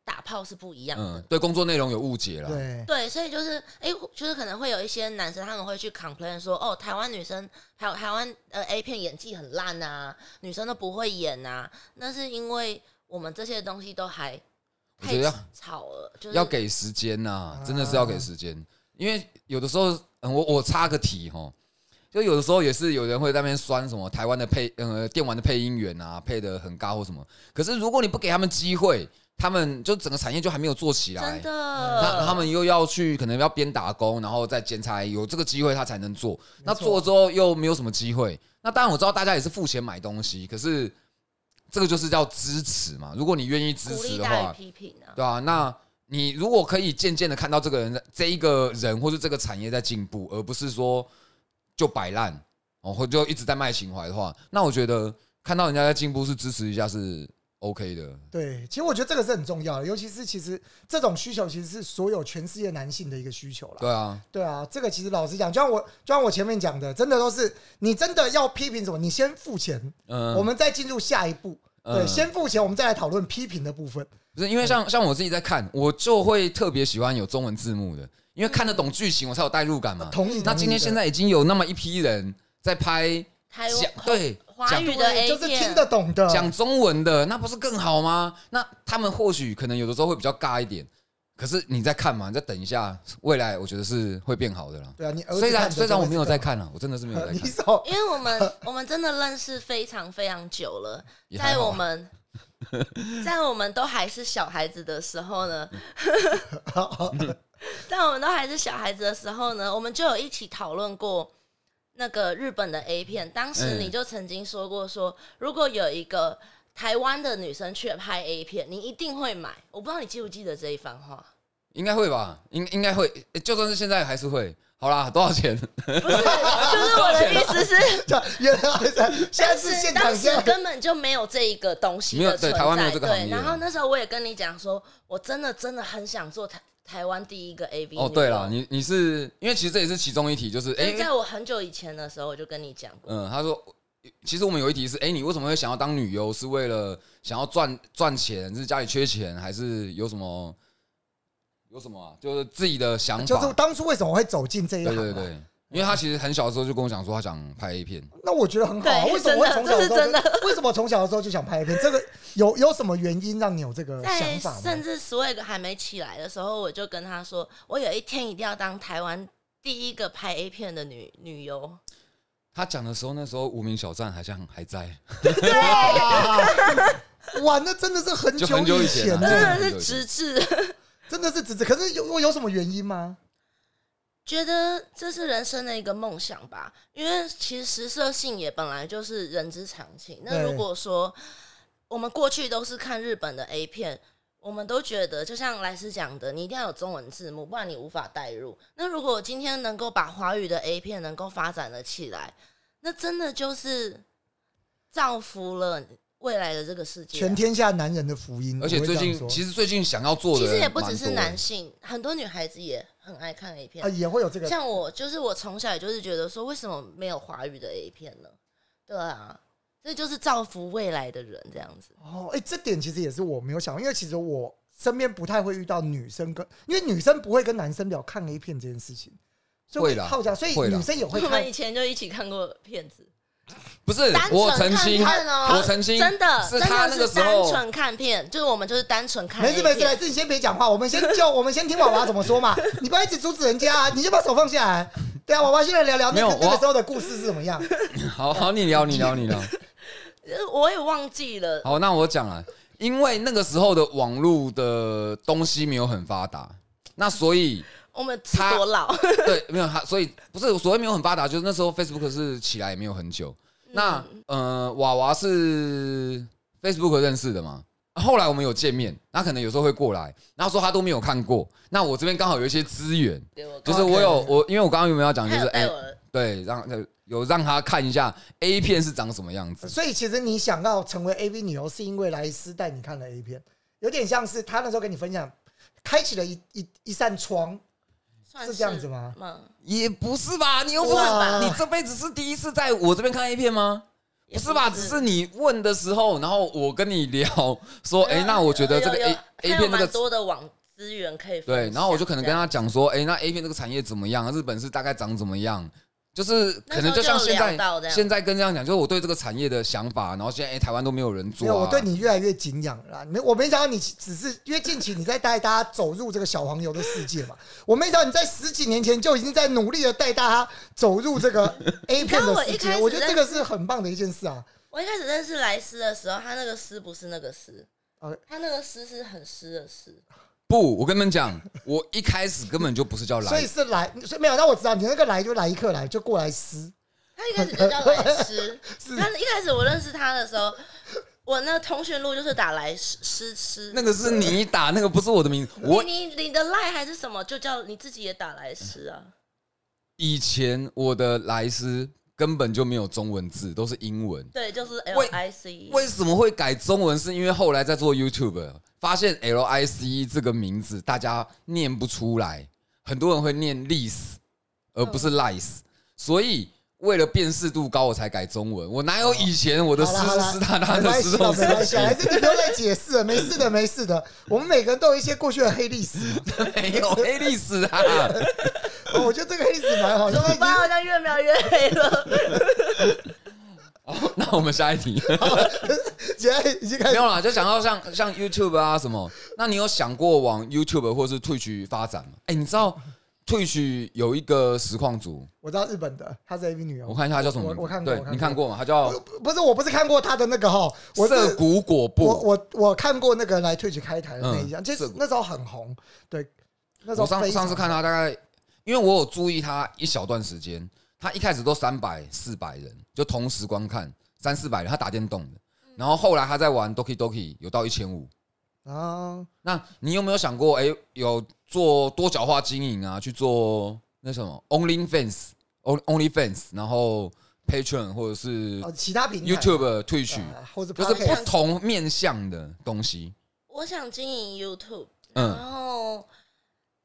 Speaker 3: 打炮是不一样的。
Speaker 1: 嗯，对工作内容有误解了。
Speaker 2: 对，
Speaker 3: 对，所以就是，哎、就是可能会有一些男生他们会去 complain 说，哦，台湾女生，台台湾呃 A 片演技很烂啊，女生都不会演啊，那是因为我们这些东西都还
Speaker 1: 我
Speaker 3: 太
Speaker 1: 觉得要
Speaker 3: 吵了，就是
Speaker 1: 要给时间呐、真的是要给时间，因为有的时候，嗯，我我插个题哈，就有的时候也是有人会在那边酸什么台湾的配呃电玩的配音员啊，配的很高或什么，可是如果你不给他们机会，他们就整个产业就还没有做起来
Speaker 3: 真，的，呃
Speaker 1: 那他们又要去可能要边打工，然后再兼差，有这个机会他才能做。那
Speaker 2: 错
Speaker 1: 做了之后又没有什么机会。那当然我知道大家也是付钱买东西，可是这个就是叫支持嘛。如果你愿意支
Speaker 3: 鼓
Speaker 1: 持
Speaker 3: 励
Speaker 1: 的
Speaker 3: 大于
Speaker 1: 话，
Speaker 3: 批评啊。
Speaker 1: 对啊，那你如果可以渐渐的看到这个人在这一个人或是这个产业在进步，而不是说就摆烂哦，或就一直在卖情怀的话，那我觉得看到人家在进步是支持一下是 OK 的。
Speaker 2: 对，其实我觉得这个是很重要的，尤其是其实这种需求其实是所有全世界男性的一个需求啦。
Speaker 1: 对啊，
Speaker 2: 对啊，这个其实老实讲，就像我就像我前面讲的，真的都是你真的要批评什么，你先付钱，
Speaker 1: 嗯，
Speaker 2: 我们再进入下一步。对，
Speaker 1: 嗯
Speaker 2: 先付钱，我们再来讨论批评的部分。
Speaker 1: 不是因为像像我自己在看，我就会特别喜欢有中文字幕的，因为看得懂剧情，我才有代入感嘛。
Speaker 2: 同意。
Speaker 1: 啊那今天
Speaker 2: 同意
Speaker 1: 现在已经有那么一批人在拍
Speaker 3: 台
Speaker 1: 讲
Speaker 3: 湾
Speaker 1: 对
Speaker 3: 哎华
Speaker 1: 讲
Speaker 3: 语的
Speaker 2: 对
Speaker 3: A
Speaker 2: 就是听
Speaker 3: 片，
Speaker 2: 得懂的，
Speaker 1: 讲中文的，那不是更好吗？那他们或许可能有的时候会比较尬一点，可是你在看嘛，你再等一下，未来我觉得是会变好的啦。
Speaker 2: 对啊，你儿子
Speaker 1: 虽然
Speaker 2: 看的
Speaker 1: 虽然我没有在
Speaker 2: 就
Speaker 1: 看啊，我真的是没有
Speaker 2: 会
Speaker 1: 在
Speaker 2: 知 道，你
Speaker 1: 看，
Speaker 2: 手
Speaker 3: 因为我们 我们真的认识非常非常久了，
Speaker 1: 也还
Speaker 3: 在
Speaker 1: 好啊
Speaker 3: 我们 在我们都还是小孩子的时候 呢，在我们都还是小孩子的时候呢，我们就有一起讨论过那个日本的 A 片。当时
Speaker 1: 嗯
Speaker 3: 你就曾经说过说，如果有一个台湾的女生去拍 A 片，你一定会买。我不知道你记不记得这一番 话，
Speaker 1: 应该会吧？应应该会，诶就算是现在还是会。好啦，多少钱？
Speaker 3: 不是，就是我的意思是。
Speaker 2: 这样原来现在
Speaker 3: 当
Speaker 2: 是
Speaker 3: 时
Speaker 2: 现场
Speaker 3: 当时
Speaker 2: 现在
Speaker 3: 根本就没有这一个东西
Speaker 1: 没有
Speaker 3: 的
Speaker 1: 对
Speaker 3: 存在，
Speaker 1: 台湾没有这个行
Speaker 3: 对
Speaker 1: 业
Speaker 3: 然后那时候我也跟你讲说，我真的真的很想做台台湾第一个 AV 女优。
Speaker 1: 哦，对了，你你是因为其实这也是其中一题，就是
Speaker 3: 就
Speaker 1: 哎
Speaker 3: 是，在我很久以前的时候，我就跟你讲过，
Speaker 1: 嗯，他说，其实我们有一题是，哎、你为什么会想要当女优？是为了想要赚赚钱，是家里缺钱，还是有什么有什么、啊，就是自己的想法？
Speaker 2: 就是当初为什么会走进这一
Speaker 1: 对
Speaker 2: 行？啊
Speaker 1: 对对，，因为他其实很小的时候就跟我讲说，他想拍 A 片，
Speaker 2: 那我觉得很好啊。
Speaker 3: 对
Speaker 2: 为什么会从小的时候
Speaker 3: 真的这是
Speaker 2: 为什么从小的时候就想拍片？这个有有什么原因让你有这
Speaker 1: 呃
Speaker 2: 个
Speaker 3: 在
Speaker 2: 想法吗？
Speaker 3: 甚至 Swag 还没起来的时候，我就跟他说，我有一天一定要当台湾第一个拍 A 片的女女优。
Speaker 1: 他讲的时候，那时候无名小站好像还 在，
Speaker 2: 哇，那真的是很
Speaker 1: 就很久
Speaker 2: 以
Speaker 1: 以前啊
Speaker 2: 呢
Speaker 3: 真的
Speaker 1: 对对
Speaker 3: 是
Speaker 1: 对
Speaker 3: 直至
Speaker 2: 真的是只是，可是有有什么原因吗？
Speaker 3: 觉得这是人生的一个梦想吧，因为其实色性也本来就是人之常情。那
Speaker 2: 对
Speaker 3: 如果说我们过去都是看日本的 A 片，我们都觉得就像莱斯讲的，你一定要有中文字幕，不然你无法代入。那如果今天能够把华语的 A 片能够发展了起来，那真的就是造福了未来的这个世界啊。
Speaker 2: 全天下男人的福音。
Speaker 1: 而且最
Speaker 2: 我会这样
Speaker 1: 近
Speaker 2: 说
Speaker 1: 其实最近想要做的
Speaker 3: 其
Speaker 1: 人
Speaker 3: 实也不只是
Speaker 1: 蛮多的
Speaker 3: 男性，很多女孩子也很爱看 A 片
Speaker 2: 啊也会有这个，
Speaker 3: 像我，就是我从小也就是觉得说，为什么没有华语的 A 片呢？对啊，这就是造福未来的人这样子。
Speaker 2: 哦，哎、这点其实也是我没有想，因为其实我身边不太会遇到女生跟，因为女生不会跟男生聊看 A 片这件事情，所以
Speaker 1: 会啦
Speaker 2: 好奇，所以
Speaker 1: 会啦
Speaker 2: 女生也会
Speaker 3: 我
Speaker 2: 看
Speaker 3: 们以。前就一起看过片子，
Speaker 1: 不是
Speaker 3: 单
Speaker 1: 我
Speaker 3: 纯
Speaker 1: 澄清，
Speaker 3: 看片哦
Speaker 1: 我澄清，
Speaker 3: 真的，
Speaker 1: 是
Speaker 3: 真
Speaker 1: 他那
Speaker 3: 的
Speaker 1: 个
Speaker 3: 是
Speaker 1: 时
Speaker 3: 单
Speaker 1: 候。
Speaker 3: 纯看片，就是我们就是单纯看
Speaker 2: 没事
Speaker 3: A
Speaker 2: 没事，来
Speaker 3: 片。
Speaker 2: 自你先别讲话，我们先就 我们先听娃娃怎么说嘛。你不要一直阻止人家啊，你就把手放下来。对啊，娃娃现在聊聊
Speaker 1: 没
Speaker 2: 那
Speaker 1: 有
Speaker 2: 个那
Speaker 1: 我
Speaker 2: 个时候的故事是怎么样？
Speaker 1: 好好，你聊，你聊，你聊。
Speaker 3: 呃我也忘记了，
Speaker 1: 好，那我讲了，因为那个时候的网络的东西没有很发达，那所 以
Speaker 3: 我们吃
Speaker 1: 他
Speaker 3: 多 老。
Speaker 1: 对，没有他，所以不是所谓没有很发达，就是那时候 Facebook 是起来也没有很久。那呃，娃娃是 Facebook 认识的嘛？后来我们有见面，那可能有时候会过来，然后说他都没有看过。那我这边刚好有一些资源，
Speaker 3: 给我
Speaker 1: 就
Speaker 3: 看
Speaker 1: 是我有我，因为我刚刚有没有要讲，就
Speaker 3: 他
Speaker 1: 是
Speaker 3: 有
Speaker 1: 哎、
Speaker 3: 带我，
Speaker 1: 对，让有让他看一下 A 片是长什么样子。
Speaker 2: 所以其实你想要成为 AV 女优，是因为莱斯带你看了 A 片，有点像是他那时候跟你分享，开启了一一一扇窗，
Speaker 3: 算
Speaker 2: 是这样子吗？
Speaker 3: 嗯，
Speaker 1: 也不是吧？你又不是
Speaker 2: 哇
Speaker 1: 你这辈子是第一次在我这边看 A 片吗？
Speaker 3: 也
Speaker 1: 不是吧？只是你问的时候，然后我跟你聊 说，哎、那我觉得这个
Speaker 3: 有有
Speaker 1: A
Speaker 3: 有
Speaker 1: A
Speaker 3: 他有
Speaker 1: 片这
Speaker 3: 蛮
Speaker 1: 个
Speaker 3: 多的网资源可以分
Speaker 1: 对，
Speaker 3: 享
Speaker 1: 然后我就可能
Speaker 3: 这
Speaker 1: 跟
Speaker 3: 样
Speaker 1: 他讲说，哎、那 A 片这个产业怎么样？日本是大概长怎么样？就是可能就像现
Speaker 3: 那时候就有聊到这
Speaker 1: 在
Speaker 3: 样
Speaker 1: 现在跟这样讲，就是我对这个产业的想法，然后现在哎、诶台湾都没有人
Speaker 2: 没
Speaker 1: 做、
Speaker 2: 有，
Speaker 1: 啊，
Speaker 2: 我对你越来越敬仰了啦。没，我没想到你只是因为近期你在带大家走入这个小黄油的世界嘛。我没想到你在十几年前就已经在努力的带大家走入这 个 A 片的世
Speaker 3: 你知道我一开
Speaker 2: 界，
Speaker 3: 始
Speaker 2: 我觉得这个是很棒的一件事啊。
Speaker 3: 我一开始认识莱斯的时候，他那个丝不是那个丝
Speaker 2: 哦，
Speaker 3: 他那个丝是很湿的 湿。
Speaker 1: 不，我跟你们讲，我一开始根本就不是叫
Speaker 2: 所
Speaker 1: 来
Speaker 2: 以，是来，所以没有，那我知道你那个来就来一刻来，就过来撕，
Speaker 3: 他一开始就叫莱斯，他一开始我认识他的时候，我那通讯录就是打来诗诗诗，
Speaker 1: 那个是你打，那个不是我的名字。我
Speaker 3: 你你你的赖还是什么，就叫你自己也打来诗啊。
Speaker 1: 以前我的莱斯根本就没有中文字，都是英文。
Speaker 3: 对，就是 L
Speaker 1: 为
Speaker 3: I C。
Speaker 1: 为什么会改中文？是因为后来在做 YouTube 发现 L I C 这个名字大家念不出来，很多人会念 lis，而不是
Speaker 2: 嗯
Speaker 1: lies，、所以。为了辨识度高，我才改中文。我哪有以前我的
Speaker 2: 好
Speaker 1: 斯
Speaker 2: 啦好啦
Speaker 1: 斯塔塔
Speaker 2: 没
Speaker 1: 的
Speaker 2: 关
Speaker 1: 斯
Speaker 2: 系
Speaker 1: 种
Speaker 2: 的，
Speaker 1: 事
Speaker 2: 没关系
Speaker 1: 情
Speaker 2: 啊，还是你不用再解释了，没事的，没 事的。我们每个人都有一些过去的黑历史，
Speaker 1: 没有黑历史啊？
Speaker 2: 哦我觉得这个黑历史蛮好，像已
Speaker 3: 我爸好
Speaker 2: 经
Speaker 3: 像越描越黑了。
Speaker 1: 那我们下一题。
Speaker 2: 现在已经开
Speaker 1: 没
Speaker 2: 始
Speaker 1: 有啦，就想到像像 YouTube 啊什么，那你有想过往 YouTube 或是 Twitch 发展吗？哎、你知道 Twitch 有一个实况组，
Speaker 2: 我知道日本的，她是 AV 女
Speaker 1: 我
Speaker 2: 优。
Speaker 1: 看一下他叫什么
Speaker 2: 我
Speaker 1: 名字，
Speaker 2: 我看
Speaker 1: 对
Speaker 2: 过我看过
Speaker 1: 你看过吗？他叫
Speaker 2: 不不是，我不是看过她的那个哈，我是
Speaker 1: 涩谷果
Speaker 2: 我
Speaker 1: 布。
Speaker 2: 我我看过那个来 Twitch 开台的那一张，
Speaker 1: 嗯
Speaker 2: 其
Speaker 1: 这
Speaker 2: 实
Speaker 1: 个
Speaker 2: 那时候很红，对，那时
Speaker 1: 我
Speaker 2: 候
Speaker 1: 上
Speaker 2: 非常
Speaker 1: 上次看他大概，因为我有注意他一小段时间，他一开始都三百四百人，就同时观看三四百人，他打电动的，然后后来他在玩 Doki Doki 有到一千五。
Speaker 2: 啊，
Speaker 1: 那你有没有想过，哎、有做多角化经营啊，去做那什么 Only Fans、Only Fans，然后 Patreon 或者是
Speaker 2: 哦，其他平台
Speaker 1: YouTube、Twitch，
Speaker 2: 啊或者
Speaker 1: 就是不
Speaker 2: Podcast
Speaker 1: 同面向的东西。
Speaker 3: 我想经营 YouTube，
Speaker 1: 嗯，
Speaker 3: 然后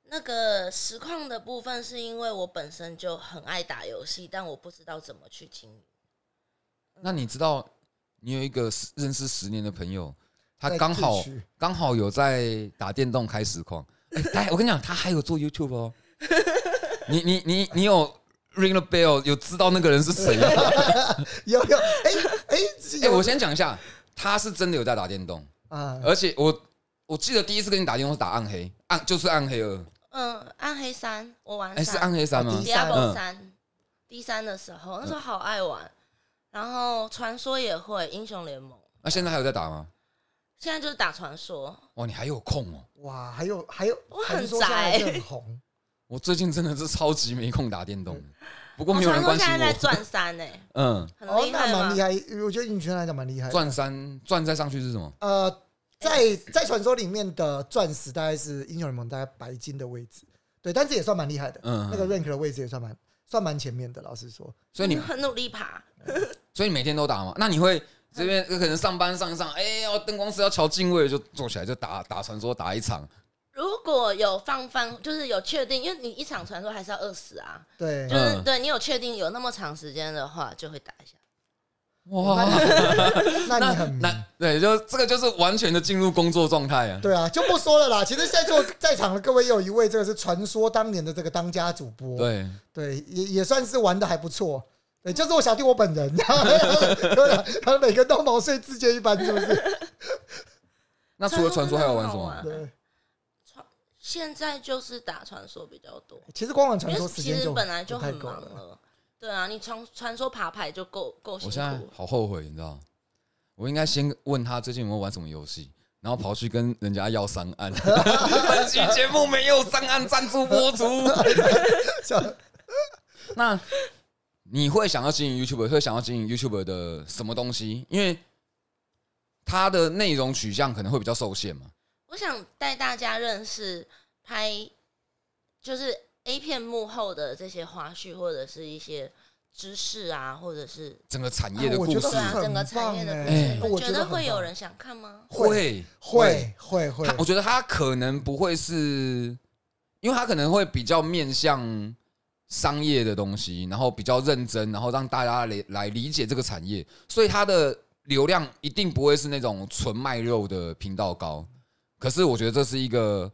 Speaker 3: 那个实况的部分是因为我本身就很爱打游戏，但我不知道怎么去经营。
Speaker 1: 那你知道你有一个十认识十年的朋友，他
Speaker 2: 在
Speaker 1: 刚好
Speaker 2: Twitch
Speaker 1: 刚好有在打电动开实况，哎、他我跟你讲，他还有做 YouTube 哦。你你你你有 ring the bell 有知道那个人是谁吗？
Speaker 2: 有有，哎哎
Speaker 1: 哎、
Speaker 2: 有
Speaker 1: 我先讲一下，他是真的有在打电动，
Speaker 2: 啊，
Speaker 1: 而且我我记得第一次跟你打电话是打暗黑，暗就是暗黑二，
Speaker 3: 嗯，暗黑三我玩
Speaker 1: 哎、是暗黑三吗
Speaker 2: 哦？第一
Speaker 3: Diablo
Speaker 1: 嗯
Speaker 3: 三，第三的时候，那时候好爱玩。然后传说也会英雄联盟，
Speaker 1: 那、现在还有在打吗？
Speaker 3: 现在就是打传说，
Speaker 1: 哇，你还有空哦！
Speaker 2: 哇，还有还有，
Speaker 3: 我很
Speaker 2: 传说现在
Speaker 3: 宅
Speaker 2: 还是很红，
Speaker 1: 我最近真的是超级没空打电动，不过
Speaker 3: 我
Speaker 1: 没有
Speaker 3: 哦传
Speaker 1: 人
Speaker 3: 说
Speaker 1: 关
Speaker 3: 现
Speaker 1: 心
Speaker 3: 在在
Speaker 1: 我。
Speaker 3: 转三呢、
Speaker 1: 嗯，
Speaker 3: 很
Speaker 2: 哦
Speaker 3: 厉，害
Speaker 2: 那
Speaker 3: 吗
Speaker 2: 蛮？厉害，我觉得影圈来讲蛮厉害的。
Speaker 1: 钻三钻再上去是什么？
Speaker 2: 呃，
Speaker 3: 哎
Speaker 2: 在在传说里面的钻石大概是英雄联盟大概白金的位置，对，但是也算蛮厉害的，
Speaker 1: 嗯，
Speaker 2: 那个 rank 的位置也算蛮算蛮前面的。老实说，
Speaker 1: 所以你
Speaker 3: 很努力爬，
Speaker 1: 所以你每天都打吗？那你会这边可能上班上一上，哎、要灯光师要调敬位，就坐起来就打打传说打一场，
Speaker 3: 如果有放放，就是有确定，因为你一场传说还是要二十啊，
Speaker 2: 对
Speaker 3: 就，是、
Speaker 1: 嗯
Speaker 3: 对你有确定有那么长时间的话，就会打一下。
Speaker 1: 哇！
Speaker 2: 那你很迷。
Speaker 1: 那对，就这个就是完全的进入工作状态啊。
Speaker 2: 嗯对啊，就不说了啦。其实在座在场的各位也有一位，这个是传说当年的这个当家主播，
Speaker 1: 对，
Speaker 2: 对，也也算是玩的还不错。对，就是我小弟我本人， 对啊，他们每个都毛遂自荐一般，是不是？
Speaker 1: 那除了传说还有玩什
Speaker 3: 传说真的很好玩
Speaker 1: 么？
Speaker 2: 对，
Speaker 3: 现在就是打传说比较多，
Speaker 2: 其实光玩
Speaker 3: 因
Speaker 2: 传
Speaker 3: 为
Speaker 2: 说时
Speaker 3: 其
Speaker 2: 间
Speaker 3: 实
Speaker 2: 就
Speaker 3: 本来就
Speaker 2: 不太
Speaker 3: 很
Speaker 2: 够
Speaker 3: 忙
Speaker 2: 了。
Speaker 3: 了。对啊，你传传说爬牌就够够辛
Speaker 1: 我现在
Speaker 3: 苦，哦
Speaker 1: 好后悔，你知道吗？我应该先问他最近有没有玩什么游戏，然后跑去跟人家要商案。 本期节目没有商案赞助播出。
Speaker 2: 像
Speaker 1: 那你会想要经营 YouTube，会想要经营 YouTube 的什么东西？因为它的内容取向可能会比较受限嘛。
Speaker 3: 我想带大家认识拍，就是 A 片幕后的这些花絮，或者是一些知识啊，或者是
Speaker 1: 整个产业的
Speaker 2: 啊我
Speaker 1: 故
Speaker 2: 觉
Speaker 1: 事
Speaker 2: 得
Speaker 3: 对啊，
Speaker 2: 很
Speaker 3: 整个产业的
Speaker 2: 棒
Speaker 3: 故
Speaker 1: 欸
Speaker 3: 事，你
Speaker 2: 我
Speaker 3: 觉
Speaker 2: 觉得
Speaker 3: 得
Speaker 2: 很
Speaker 3: 会有
Speaker 2: 棒
Speaker 3: 人想看吗？
Speaker 1: 会
Speaker 2: 会会会
Speaker 1: 他，我觉得他可能不会是，因为他可能会比较面向商业的东西，然后比较认真，然后让大家来来理解这个产业，所以他的流量一定不会是那种纯卖肉的频道高。可是我觉得这是一个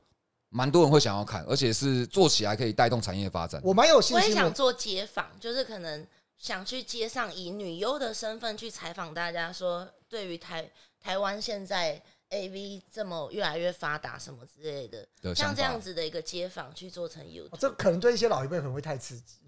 Speaker 1: 蛮多人会想要看，而且是做起来可以带动产业发展。
Speaker 2: 我蛮有信
Speaker 3: 我也
Speaker 2: 心
Speaker 3: 想
Speaker 2: 的。
Speaker 3: 做街访，就是可能想去街上以女优的身份去采访大家，说对于台台湾现在 A V 这么越来越发达什么之类的，
Speaker 1: 的想
Speaker 3: 像
Speaker 1: 法
Speaker 3: 这样子的一个街访去做
Speaker 2: 哦
Speaker 3: 成 YouTube，
Speaker 2: 这可能对一些老一辈可能会太刺激，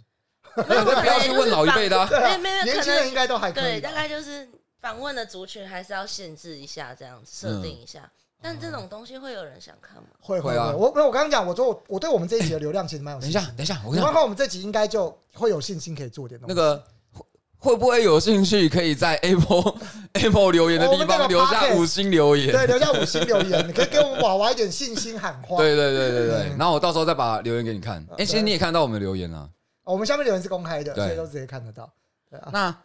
Speaker 3: 没有
Speaker 1: 那不要去问老一辈的啊、
Speaker 2: 对啊，
Speaker 3: 没没有
Speaker 2: 年
Speaker 3: 可
Speaker 2: 轻
Speaker 3: 能
Speaker 2: 人应该都还可
Speaker 3: 对，
Speaker 2: 以吧。
Speaker 3: 大概就是访问的族群还是要限制一下，这样子
Speaker 1: 嗯
Speaker 3: 设定一下。但这种东西会有人想看吗？
Speaker 2: 会
Speaker 1: 会啊
Speaker 2: 我没有，我刚刚讲，我说我我对我们这一集的流量其实蛮有
Speaker 1: 等一
Speaker 2: 信
Speaker 1: 下
Speaker 2: 心。，
Speaker 1: 等一下，我跟
Speaker 2: 你
Speaker 1: 你
Speaker 2: 包
Speaker 1: 讲，
Speaker 2: 括我们这集应该就会有信心可以做点东
Speaker 1: 那
Speaker 2: 西。
Speaker 1: 个会会不会有兴趣可以在 Apple Apple 留言的地
Speaker 2: 我们这
Speaker 1: 方
Speaker 2: 个
Speaker 1: 留下
Speaker 2: podcast
Speaker 1: 五星留言？
Speaker 2: 对，留下五星留言，你可以给我们娃娃一点信心喊话。
Speaker 1: 对对对对对
Speaker 2: 嗯，
Speaker 1: 然后我到时候再把留言给你看。
Speaker 3: 嗯
Speaker 1: 哎、
Speaker 2: 对
Speaker 1: 其实你也看到我们的留言啊。
Speaker 2: 哦，我们下面留言是公开的，
Speaker 1: 对
Speaker 2: 所以都直接看得到。对啊，
Speaker 1: 那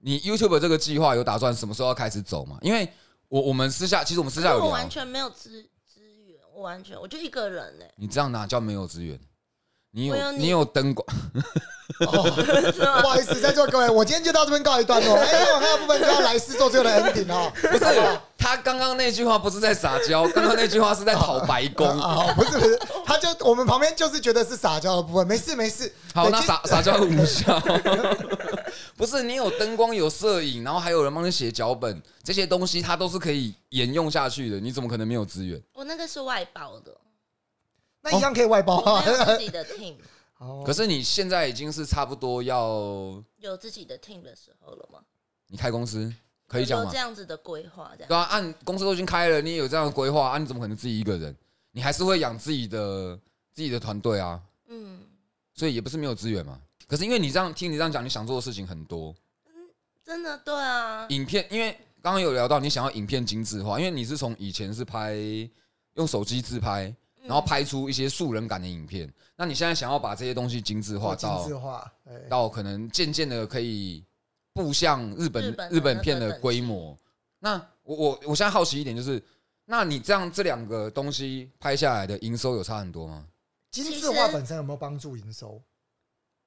Speaker 1: 你 YouTube 这个计划有打算什么时候要开始走吗？因为我我们私下其实我们私下有
Speaker 3: 我
Speaker 1: 聊，啊
Speaker 3: 完全没有资资源，我完全我就一个人呢、
Speaker 1: 你这样哪叫没有资源？你
Speaker 3: 我有
Speaker 1: 有
Speaker 3: 你
Speaker 1: 你有灯光，
Speaker 2: 哦
Speaker 3: 欸 是吗
Speaker 2: 不好意思，在座各位，我今天就到这边告一 段落。哎，我看到部分就要来斯做最后的 ending 哦。
Speaker 1: 不是他刚刚那句话不是在撒 娇，刚刚那句话是在讨白宫。
Speaker 3: 哦
Speaker 2: 啊，不是不是，他就我们旁边就是觉得是撒娇的部分，没事没事。
Speaker 1: 好，
Speaker 2: 对
Speaker 1: 那
Speaker 2: 今
Speaker 1: 撒撒娇无效。 不是你有灯光、有摄影，然后还有人帮你写脚本，这些东西它都是可以沿用下去的。你怎么可能没有资源？
Speaker 3: 我那个是外包的，
Speaker 2: 那一样可以外包哦
Speaker 3: 我
Speaker 2: 啊
Speaker 3: 没。
Speaker 1: 哦
Speaker 3: 有自己的 team， 哦
Speaker 2: 好
Speaker 1: 可是你现在已经是差不多要
Speaker 3: 有自己的 team 的时候了吗？
Speaker 1: 你开公司，可以讲
Speaker 3: 有
Speaker 1: 吗
Speaker 3: 这？样子的规划，这样
Speaker 1: 对啊，按、你公司都已经开了，你也有这样的规划啊，你怎么可能自己一个人？你还是会养自己的自己的团队啊，
Speaker 3: 嗯，
Speaker 1: 所以也不是没有资源嘛。啊可是因为你这样听你这样讲，你想做的事情很多，
Speaker 3: 真的对啊，
Speaker 1: 影片，因为刚刚有聊到你想要影片精致化，因为你是从以前是拍用手机自拍，然后拍出一些素人感的影片，那你现在想要把这些东西精致化
Speaker 2: 精
Speaker 1: 到
Speaker 2: 致化，哎对
Speaker 1: 到可能渐渐的可以步向日本
Speaker 3: 日本的
Speaker 1: 日本片
Speaker 3: 那
Speaker 1: 的
Speaker 3: 个等
Speaker 1: 规
Speaker 3: 级
Speaker 1: 模。那我我我现在好奇一点就是，那你这样这两个东西拍下来的营收有差很多吗？
Speaker 2: 精致化本身有没有帮助营收？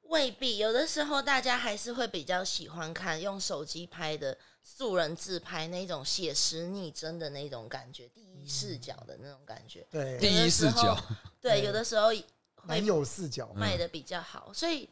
Speaker 3: 未必，有的时候大家还是会比较喜欢看用手机拍的素人自拍那种写实拟真的那种感觉，第一视角的那种感觉。
Speaker 2: 对，
Speaker 1: 第一视角，嗯
Speaker 3: 对，
Speaker 2: 嗯
Speaker 3: 有的时候
Speaker 2: 男
Speaker 3: 会
Speaker 2: 友视角，
Speaker 3: 卖的比较好，所以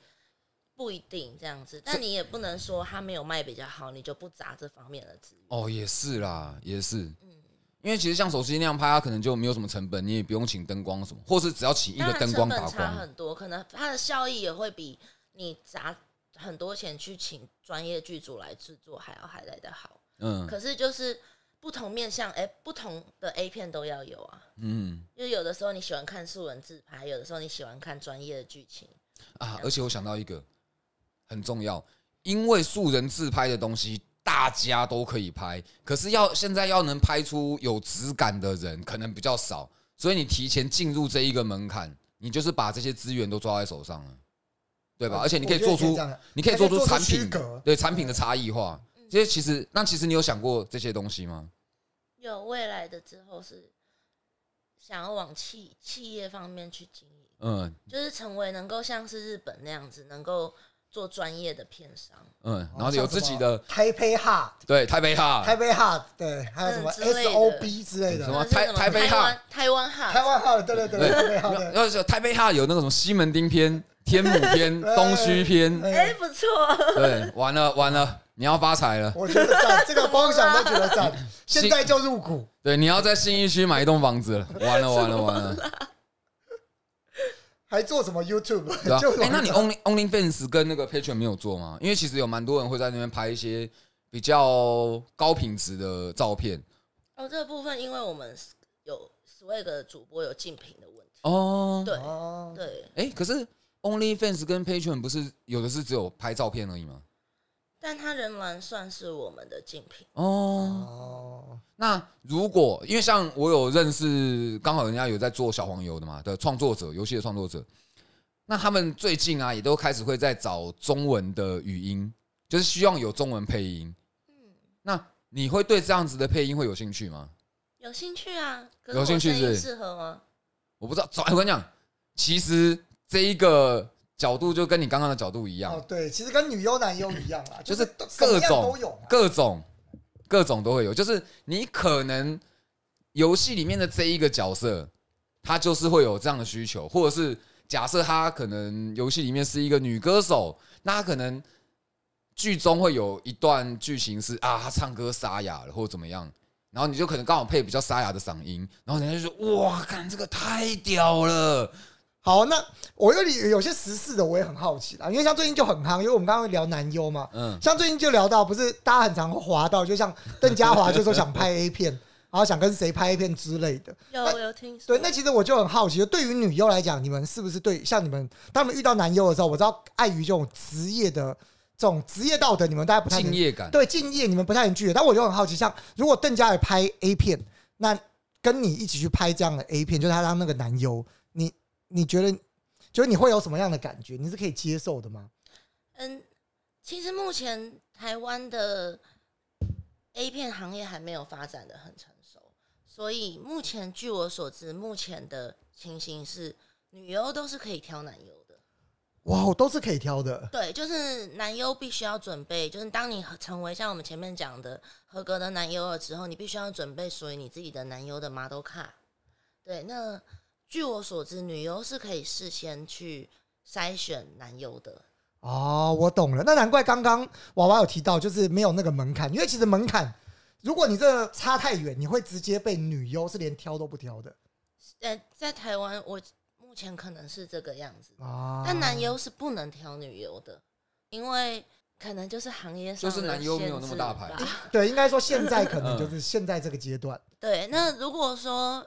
Speaker 3: 不一定这样子。但你也不能说他没有卖比较好，你就不砸这方面的资源。
Speaker 1: 哦，也是啦，也是。
Speaker 3: 嗯
Speaker 1: 因为其实像手机那样拍，它可能就没有什么成本，你也不用请灯光什么，或是只要请一个
Speaker 3: 当然
Speaker 1: 灯
Speaker 3: 成
Speaker 1: 光
Speaker 3: 本
Speaker 1: 打
Speaker 3: 差
Speaker 1: 光。
Speaker 3: 很多，可能它的效益也会比你砸很多钱去请专业剧组来制作还要还来得好。
Speaker 1: 嗯
Speaker 3: 可是就是不同面向，哎、不同的 A 片都要有啊。
Speaker 1: 嗯
Speaker 3: 就有的时候你喜欢看素人自拍，有的时候你喜欢看专业的剧情。
Speaker 1: 啊，而且我想到一个很重要，因为素人自拍的东西大家都可以拍，可是要现在要能拍出有质感的人可能比较少，所以你提前进入这一个门槛，你就是把这些资源都抓在手上了，对吧？
Speaker 2: 我
Speaker 1: 而且你可以
Speaker 2: 我觉
Speaker 1: 做
Speaker 2: 得可以
Speaker 1: 出
Speaker 2: 这样
Speaker 1: 你可以做出产
Speaker 2: 还可以做出区
Speaker 1: 品
Speaker 2: 隔嗯
Speaker 1: 对产品的差异化。这些其实，那其实你有想过这些东西吗？
Speaker 3: 有未来的之后是想要往企企业方面去经营，
Speaker 1: 嗯
Speaker 3: 就是成为能够像是日本那样子，能够做专业的片商。
Speaker 2: 哦
Speaker 1: 嗯，然后有自己的
Speaker 2: 台北哈，
Speaker 1: 对台北哈，
Speaker 2: 啊台北哈，对，还有什么
Speaker 3: 嗯之类的
Speaker 2: SOB 之类
Speaker 1: 啊什
Speaker 2: 的，
Speaker 1: 么
Speaker 3: 就是
Speaker 1: 台
Speaker 3: 什么
Speaker 1: 台北
Speaker 3: 台
Speaker 1: 哈
Speaker 3: 湾台湾哈
Speaker 2: 台湾哈，对对对，台北哈，
Speaker 1: 没有
Speaker 2: 对
Speaker 1: 要是台北哈有那种什么西门町篇、天母 篇、东区篇，
Speaker 3: 哎、不错，
Speaker 1: 对，完了完了，你要发财了。
Speaker 2: 我觉得赞，这个光想都觉得 赞，现在就入股。
Speaker 1: 对，你要在信义区买一栋房子了，完了完了完了，
Speaker 2: 还做什么 YouTube？
Speaker 1: 对吧
Speaker 2: 就？
Speaker 1: 哎，那你 Only Only Fans 跟那个 Patreon 没有做吗？因为其实有蛮多人会在那边拍一些比较高品质的照片
Speaker 3: 哦，这个部分因为我们有 Swag 的主播有竞品的问题，
Speaker 1: 哦。
Speaker 3: 对
Speaker 2: 哦，
Speaker 3: 对，
Speaker 1: 哎，可是 Only Fans 跟 Patreon 不是有的是只有拍照片而已吗？
Speaker 3: 但他仍然算是我们的竞品。
Speaker 1: 哦，
Speaker 2: 哦，
Speaker 1: 那如果因为像我有认识，刚好人家有在做小黄油的嘛的创作者，游戏的创作者，那他们最近啊也都开始会在找中文的语音，就是希望有中文配音。
Speaker 3: 嗯，
Speaker 1: 那你会对这样子的配音会有兴趣吗？
Speaker 3: 有兴趣啊？可
Speaker 1: 有
Speaker 3: 我
Speaker 1: 兴趣
Speaker 3: 声音
Speaker 1: 是
Speaker 3: 适合吗？
Speaker 1: 我不知道。找哎我跟你讲，其实这一个角度就跟你刚刚的角度一样
Speaker 2: 哦，，对，其实跟女优男优一样啦，
Speaker 1: 就是
Speaker 2: 都什么
Speaker 1: 各
Speaker 2: 样
Speaker 1: 种
Speaker 2: 都有嘛。
Speaker 1: 各种各种都会有，就是你可能游戏里面的这一个角色，他就是会有这样的需求，或者是假设他可能游戏里面是一个女歌手，那他可能剧中会有一段剧情是啊，她唱歌沙哑了或者怎么样。然后你就可能刚好配比较沙哑的嗓音，然后人家就说：“哇，看这个太屌了
Speaker 2: 好，那我有点有些时事的，我也很好奇啦，因为像最近就很夯，因为我们刚刚聊男优嘛！”，
Speaker 1: 嗯，
Speaker 2: 像最近就聊到，不是大家很常滑到，就像邓家华就说 想拍 A 片，然后想跟谁拍 A 片之类的。
Speaker 3: 有有听说？
Speaker 2: 对，那其实我就很好奇，对于女优来讲，你们是不是对像你们当你们遇到男优的时候，我知道碍于这种职业的这种职业道德，你们大家不太
Speaker 1: 敬
Speaker 2: 能
Speaker 1: 业感。
Speaker 2: 对敬业，你们不太能拒绝。但我就很好奇，像如果邓家也拍 A 片，那跟你一起去拍这样的 A 片，就是他当那个男优，你你觉得觉得你会有什么样的感觉？你是可以接受的吗？
Speaker 3: 嗯，其实目前台湾的 A 片行业还没有发展的很成熟，所以目前据我所知，目前的情形是女优都是可以挑男优的。
Speaker 2: 哇，我都是可以挑的。
Speaker 3: 对，就是男优必须要准备，就是当你成为像我们前面讲的合格的男优了之后，你必须要准备属于你自己的男优的 model 卡。对，那据我所知，女优是可以事先去筛选男优的。
Speaker 2: 哦，我懂了。那难怪刚刚娃娃有提到，就是没有那个门槛，因为其实门槛，如果你这差太远，你会直接被女优是连挑都不挑的
Speaker 3: 呃，在台湾，我目前可能是这个样子，
Speaker 1: 哦
Speaker 2: 啊。
Speaker 3: 但男优是不能挑女优的，因为可能就是行业
Speaker 1: 就
Speaker 3: 上
Speaker 1: 是
Speaker 3: 的
Speaker 1: 男优没有
Speaker 3: 限
Speaker 1: 那么
Speaker 3: 制
Speaker 1: 大牌
Speaker 3: 吧
Speaker 2: 对，应该说现在可 能就是现在这个阶段。
Speaker 3: 对，那如果说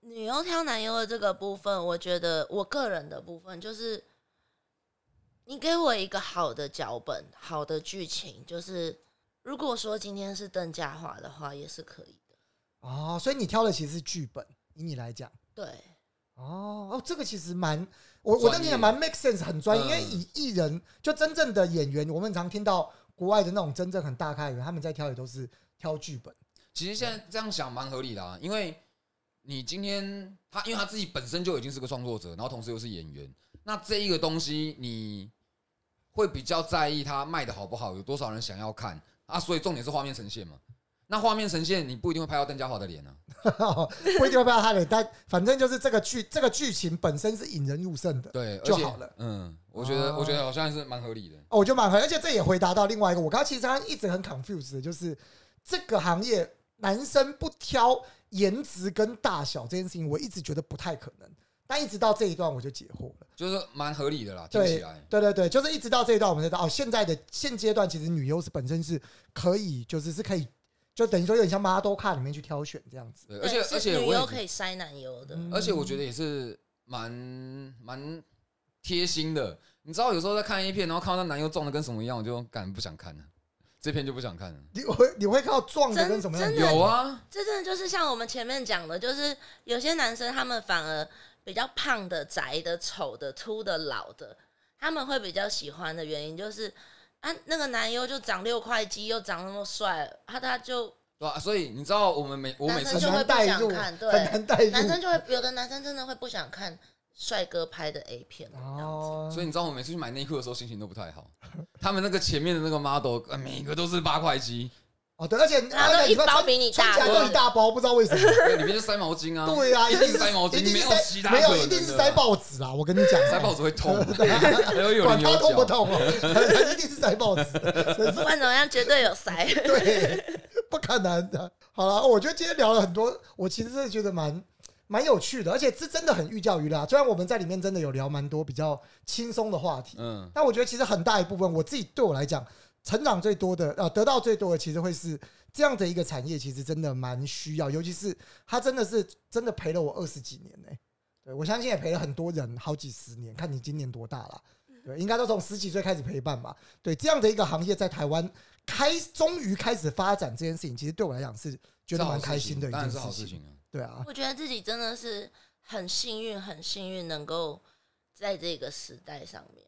Speaker 3: 女优挑男优的这个部分，我觉得我个人的部分就是，你给我一个好的脚本、好的剧情，就是如果说今天是邓家华的话，也是可以的。
Speaker 2: 哦，所以你挑的其实是剧本，以你来讲。
Speaker 3: 对，
Speaker 2: 哦哦，这个其实蛮我我
Speaker 1: 专
Speaker 2: 当
Speaker 1: 业
Speaker 2: 年也蛮 make sense，很专业，
Speaker 1: 嗯
Speaker 2: 因为以艺人就真正的演员，我们常听到国外的那种真正很大咖演员，他们在挑也都是挑剧本。
Speaker 1: 其实现在这样想蛮合理的、啊，因为你今天他，因为他自己本身就已经是个创作者，然后同时又是演员，那这一个东西你会比较在意他卖的好不好，有多少人想要看啊？所以重点是画面呈现嘛。那画面呈现，你不一定会拍到邓家华的脸啊。
Speaker 2: 不一定会被他的， 但反正就是这个剧这个剧情本身是引人入胜的。
Speaker 1: 对，而
Speaker 2: 就
Speaker 1: 且
Speaker 2: 好了。
Speaker 1: 嗯，我觉得，
Speaker 2: 哦
Speaker 1: 我觉得好像是蛮合理的。
Speaker 2: 哦，我就蛮合，而且这也回答到另外一个，我刚刚其实刚刚一直很 confused，的就是这个行业男生不挑颜值跟大小这件事情，我一直觉得不太可能，但一直到这一段我就解惑了。
Speaker 1: 就是蛮合理的啦，听起
Speaker 2: 对
Speaker 1: 来。
Speaker 2: 对对对，就是一直到这一段，我们才知道哦，现在的现阶段其实女优是本身是可以，就是是可以，就等于说有点像 model 卡里面去挑选这样子。
Speaker 1: 对，而且
Speaker 3: 对是
Speaker 1: 而且
Speaker 3: 女
Speaker 1: 我
Speaker 3: 优
Speaker 1: 也
Speaker 3: 可以筛男优的，
Speaker 1: 而且
Speaker 2: 嗯
Speaker 1: 我觉得也是蛮蛮贴心的。你知道，有时候在看 A 片，然后看到那男优撞的跟什么一样，我就感不想看了，这片就不想看了。
Speaker 2: 你 会你会看到撞的
Speaker 3: 真
Speaker 2: 跟什么样
Speaker 3: 真
Speaker 2: 的
Speaker 3: 的
Speaker 1: 有啊，
Speaker 3: 这真的就是像我们前面讲的，就是有些男生他们反而比较胖的、宅的、丑的、秃的、老的，他们会比较喜欢的原因就是啊，那个男优就长六块肌，又长那么帅，他他就
Speaker 1: 对吧、所以你知道，我们每我每次
Speaker 2: 很
Speaker 3: 男生就
Speaker 2: 难带入，
Speaker 3: 就会不想看对
Speaker 2: 很难带入。
Speaker 3: 男生就会有的男生真的会不想看帅哥拍的 A 片这样子
Speaker 2: 哦，
Speaker 1: 所以你知道，我每次去买内裤的时候，心情都不太好。他们那个前面的那个 model，呃每个都是八块肌，
Speaker 2: 哦对，而且
Speaker 3: 然后
Speaker 2: 而且
Speaker 3: 一
Speaker 2: 会
Speaker 3: 包
Speaker 2: 穿
Speaker 3: 比你
Speaker 2: 穿
Speaker 3: 大
Speaker 2: 起来都一大包，不知道为什 么。
Speaker 1: 对里面就塞毛巾啊。
Speaker 2: 对啊，
Speaker 1: 一
Speaker 2: 一
Speaker 1: 定
Speaker 2: 定
Speaker 1: 是
Speaker 2: 是
Speaker 1: 塞毛巾，
Speaker 2: 一定
Speaker 1: 没
Speaker 2: 是
Speaker 1: 有其
Speaker 2: 塞
Speaker 1: 他
Speaker 2: 没
Speaker 1: 可
Speaker 2: 有，
Speaker 1: 能
Speaker 2: 一定是
Speaker 1: 的
Speaker 2: 塞报纸啦！我跟你讲，
Speaker 1: 塞报纸会痛，还会有
Speaker 2: 管
Speaker 1: 棱
Speaker 2: 他
Speaker 1: 有
Speaker 2: 痛不
Speaker 1: 角。
Speaker 2: 痛哦， 一定是塞报纸。
Speaker 3: 不管怎么样，绝对有塞。
Speaker 2: 对，不可能的。好了，我觉得今天聊了很多，我其实是觉得蛮蛮有趣的，而且这真的很寓教于乐啊。虽然我们在里面真的有聊蛮多比较轻松的话题，
Speaker 1: 嗯，
Speaker 2: 但我觉得其实很大一部分，我自己对我来讲，成长最多的呃，得到最多的其实会是这样的一个产业，其实真的蛮需要，尤其是它真的是真的陪了我二十几年呢、对我相信也陪了很多人好几十年，看你今年多大了。
Speaker 1: 嗯
Speaker 2: 对，应该都从十几岁开始陪伴吧。对，这样的一个行业在台湾开，终于开始发展这件事情，其实对我来讲是觉得蛮开心的一
Speaker 1: 当然
Speaker 2: 件
Speaker 1: 是好事
Speaker 2: 情。
Speaker 1: 情啊。
Speaker 2: 对啊，
Speaker 3: 我觉得自己真的是很幸运，很幸运能够在这个时代上面，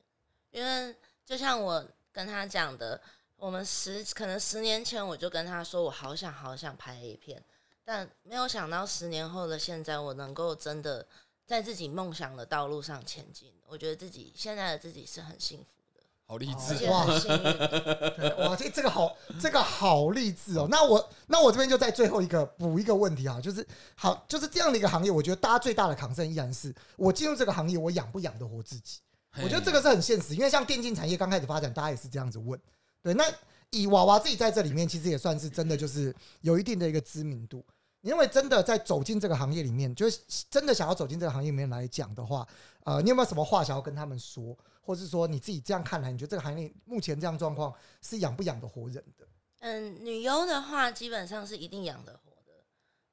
Speaker 3: 因为就像我跟他讲的，我们十可能十年前我就跟他说，我好想好想拍 A 片，但没有想到十年后的现在，我能够真的在自己梦想的道路上前进，我觉得自己现在的自己是很幸福的，
Speaker 1: 好励
Speaker 2: 哦
Speaker 1: 志
Speaker 3: 而
Speaker 1: 啊，
Speaker 3: 且很幸运的。
Speaker 2: 对哇，这这个好，这个好励志哦。那我那我这边就在最后一个补一个问题啊，就是好，就是这样的一个行业，我觉得大家最大的抗争依然是我进入这个行业，我养不养得活自己？我觉得这个是很现实，因为像电竞产业刚开始发展，大家也是这样子问。对，那以娃娃自己在这里面，其实也算是真的就是有一定的一个知名度。你认为真的在走进这个行业里面，就是真的想要走进这个行业里面来讲的话，呃，你有没有什么话想要跟他们说，或是说你自己这样看来，你觉得这个行业目前这样状况是养不养得活人的？，
Speaker 3: 嗯，女优的话基本上是一定养得活的，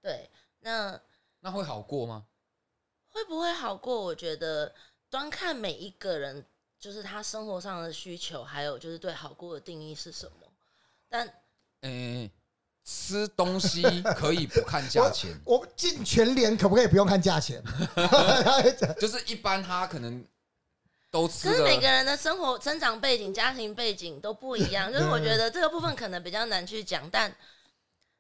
Speaker 3: 对，那。
Speaker 1: 那会好过吗？
Speaker 3: 会不会好过？我觉得端看每一个人就是他生活上的需求，还有就是对好过的定义是什么。但
Speaker 1: 嗯，吃东西可以不看价 钱
Speaker 2: 我进全联可不可以不用看价钱？
Speaker 1: 就是一般他可能都吃
Speaker 3: 可是每个
Speaker 1: 的，
Speaker 3: 人的生活成长背景、家庭背景都不一样，就是我觉得这个部分可能比较难去讲。但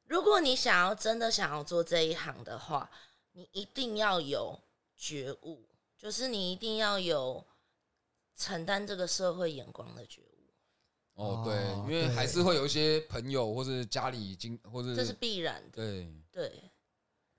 Speaker 3: 如果你想要真的想要做这一行的话，你一定要有觉悟，就是你一定要有承担这个社会眼光的觉悟，
Speaker 1: 哦，
Speaker 2: 哦
Speaker 1: 对，因为还是会有一些朋友或是家里已经或
Speaker 3: 这是
Speaker 1: 是
Speaker 3: 必然的。
Speaker 1: 对，
Speaker 3: 对，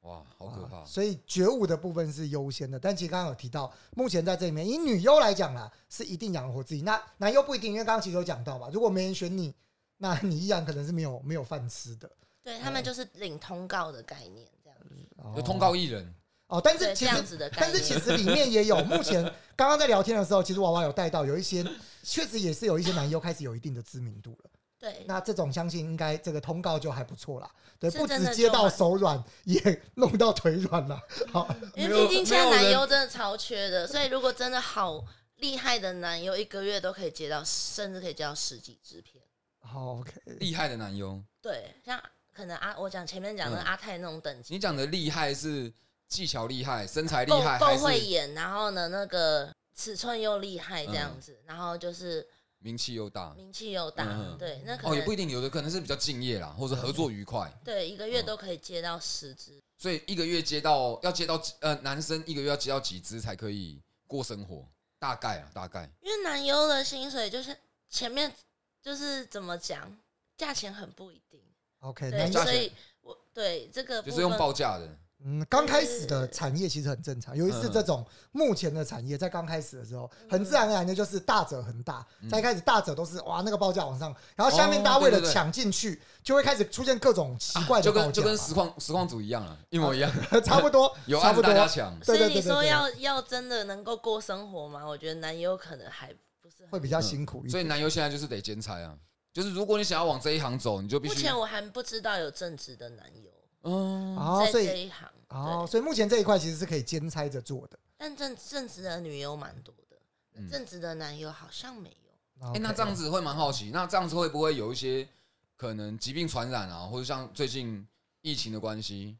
Speaker 1: 哇，好可怕，
Speaker 2: 所以觉悟的部分是优先的，但其实刚刚有提到，目前在这里面，以女优来讲啦，是一定养活自己。那男优不一定，因为刚刚其实有讲到嘛，如果没人选你，那你依然可能是没有没有饭吃的。
Speaker 3: 对他们就是领通告的概念这样子，
Speaker 1: 就通告艺人，
Speaker 2: 哦，但是
Speaker 3: 对
Speaker 2: 其
Speaker 3: 这
Speaker 2: 实
Speaker 3: 样子的概
Speaker 2: 但是其
Speaker 3: 念。
Speaker 2: 实里面也有，目前刚刚在聊天的时候，其实娃娃有带到有一些，确实也是有一些男优开始有一定的知名度了。
Speaker 3: 对，
Speaker 2: 那这种相信应该这个通告就还不错啦，对，
Speaker 3: 是
Speaker 2: 不
Speaker 3: 真
Speaker 2: 直
Speaker 3: 的
Speaker 2: 接
Speaker 3: 就
Speaker 2: 到
Speaker 3: 还
Speaker 2: 手软，也弄到腿软了。好，
Speaker 3: 因
Speaker 1: 没
Speaker 3: 为
Speaker 1: 有
Speaker 3: 毕竟现在
Speaker 1: 没有
Speaker 3: 男
Speaker 1: 人
Speaker 3: 优真的超缺的，所以如果真的好厉害的男优，一个月都可以接到，甚至可以接到十几支片。
Speaker 2: 好，OK，
Speaker 1: 厉害的男优，
Speaker 3: 对，像可能阿我讲前面讲的
Speaker 1: 嗯
Speaker 3: 阿泰那种等级，
Speaker 1: 你讲的厉害是技巧厉害、身材厉
Speaker 3: 够
Speaker 1: 害，还
Speaker 3: 够会
Speaker 1: 是
Speaker 3: 演，然后呢那个尺寸又厉害这
Speaker 1: 嗯
Speaker 3: 样子，然后就是
Speaker 1: 名气又大？
Speaker 3: 名气又大，
Speaker 1: 嗯嗯
Speaker 3: 对，那可
Speaker 1: 哦，也
Speaker 3: 能、
Speaker 1: 不一定，有的可能是比较敬业啦，或者合作愉快，
Speaker 3: 对一个
Speaker 1: 嗯
Speaker 3: 月都可以接到十支。
Speaker 1: 所以一个月接到要接到几呃，男生一个月要接到几支才可以过生活？大概啊，大概
Speaker 3: 因为男优的薪水就是前面就是怎么讲，价钱很不一定，
Speaker 2: OK，
Speaker 3: 对，
Speaker 2: 男
Speaker 1: 价
Speaker 2: 优
Speaker 1: 钱
Speaker 3: 所以我对这个
Speaker 1: 就
Speaker 3: 部
Speaker 1: 是用
Speaker 3: 分
Speaker 1: 报价的，
Speaker 2: 嗯，刚开始的产业其实很正常，尤其
Speaker 1: 嗯
Speaker 2: 是这种目前的产业，在刚开始的时候，很
Speaker 3: 嗯
Speaker 2: 自然而然的就是大者恒大，在一开始大者都是哇那个报价往上，然后下面
Speaker 1: 嗯哦
Speaker 2: 大家为了
Speaker 1: 对对对
Speaker 2: 抢进去，就会开始出现各种奇怪的
Speaker 1: 就
Speaker 2: 报
Speaker 1: 跟就
Speaker 2: 价
Speaker 1: 跟实况实况组一样啊，一模一样，
Speaker 2: 嘛， 差不多，
Speaker 1: 有
Speaker 2: 差
Speaker 1: 案
Speaker 2: 不
Speaker 1: 子
Speaker 2: 多
Speaker 1: 大。家抢。
Speaker 2: 对
Speaker 3: 所以
Speaker 2: 对
Speaker 3: 你
Speaker 2: 对对
Speaker 3: 说
Speaker 2: 对，
Speaker 3: 要要真的能够过生活吗？我觉得男优可能还不是
Speaker 2: 会
Speaker 3: 很。
Speaker 2: 比较辛苦一
Speaker 1: 嗯所以
Speaker 2: 点。
Speaker 1: 男优现在就是得兼差啊，就是如果你想要往这一行走，你就必
Speaker 3: 目
Speaker 1: 须
Speaker 3: 前我还不知道有正职的男优
Speaker 1: 嗯，
Speaker 2: 哦，
Speaker 3: 在
Speaker 2: 所
Speaker 3: 这
Speaker 2: 以
Speaker 3: 一行，
Speaker 2: 哦，
Speaker 3: 对，
Speaker 2: 所以目前这一块其实是可以兼差着做的。
Speaker 3: 但正正职的女优蛮多的
Speaker 1: 嗯，
Speaker 3: 正职的男优好像没有。
Speaker 1: 哎、那这样子会蛮好奇，那这样子会不会有一些可能疾病传染啊，或者像最近疫情的关系，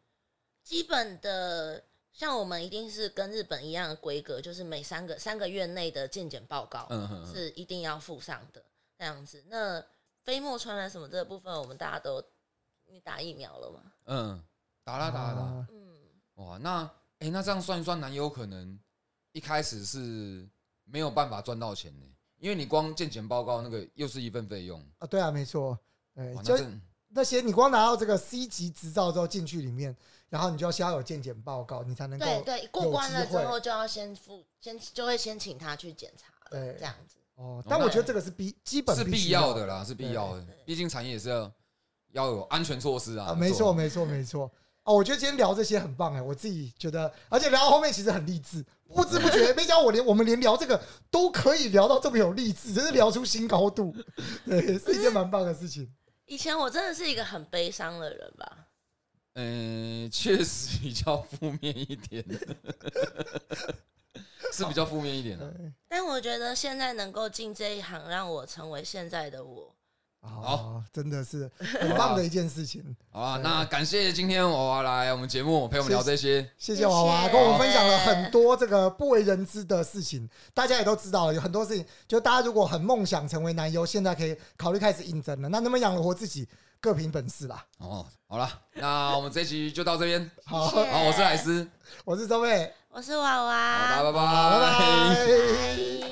Speaker 3: 基本的，像我们一定是跟日本一样的规格，就是每三个三个月内的健检报告
Speaker 1: 嗯哼哼，
Speaker 3: 是一定要附上的这样子。那飞沫传染什么这个部分，我们大家都你打疫苗了吗？
Speaker 1: 嗯，打啦打啦打啦，
Speaker 2: 啊，
Speaker 3: 嗯，
Speaker 1: 哇，那哎、那这样算一算，男友可能一开始是没有办法赚到钱的，因为你光健检报告那个又是一份费用，
Speaker 2: 啊对啊，没错，哎
Speaker 1: 哇，，那
Speaker 2: 就
Speaker 1: 真
Speaker 2: 那些你光拿到这个 C 级执照之后进去里面，然后你就要先要有健检报告，你才能够
Speaker 3: 对对，过关了
Speaker 2: 机
Speaker 3: 之
Speaker 2: 会
Speaker 3: 后就要先付，先就会先请他去检查了，
Speaker 2: 对
Speaker 3: 这样子。
Speaker 2: 哦。但我觉得这个是必基本
Speaker 1: 是
Speaker 2: 必
Speaker 1: 必
Speaker 2: 须
Speaker 1: 要
Speaker 2: 的
Speaker 1: 的啦，是必
Speaker 2: 对
Speaker 1: 要的，毕竟产业也是要要有安全措施啊，
Speaker 2: 啊，没
Speaker 1: 做
Speaker 2: 错没错没错。哦，我觉得今天聊这些很棒哎，我自己觉得，而且聊到后面其实很励志，不知不 觉没想到我连我们连聊这个都可以聊到这么有励志，真是聊出新高度， 对，是一件蛮棒的事情。
Speaker 3: 以前我真的是一个很悲伤的人吧，
Speaker 1: 嗯，确实比较负面一点， 是比较负面一点的、
Speaker 2: 对，
Speaker 3: 但我觉得现在能够进这一行，让我成为现在的我。
Speaker 2: 哦，真的是很棒的一件事情。
Speaker 1: 好啊，那感谢今天娃娃来我们节目陪我们聊这些。
Speaker 2: 谢谢娃娃
Speaker 3: 谢谢
Speaker 2: 跟我们分享了很多这个不为人知的事情，大家也都知道了，有很多事情，就大家如果很梦想成为男优，现在可以考虑开始应征了。那能不能养得活自己，各凭本事啦。
Speaker 1: 哦，好了，那我们这一集就到这边。
Speaker 2: 哦好，
Speaker 3: 谢谢
Speaker 1: 好，我是莱斯，
Speaker 2: 我是周妹，
Speaker 3: 我是娃
Speaker 1: 好，
Speaker 3: 娃，
Speaker 1: 大家拜
Speaker 2: 拜
Speaker 1: 拜
Speaker 2: 拜。
Speaker 3: 拜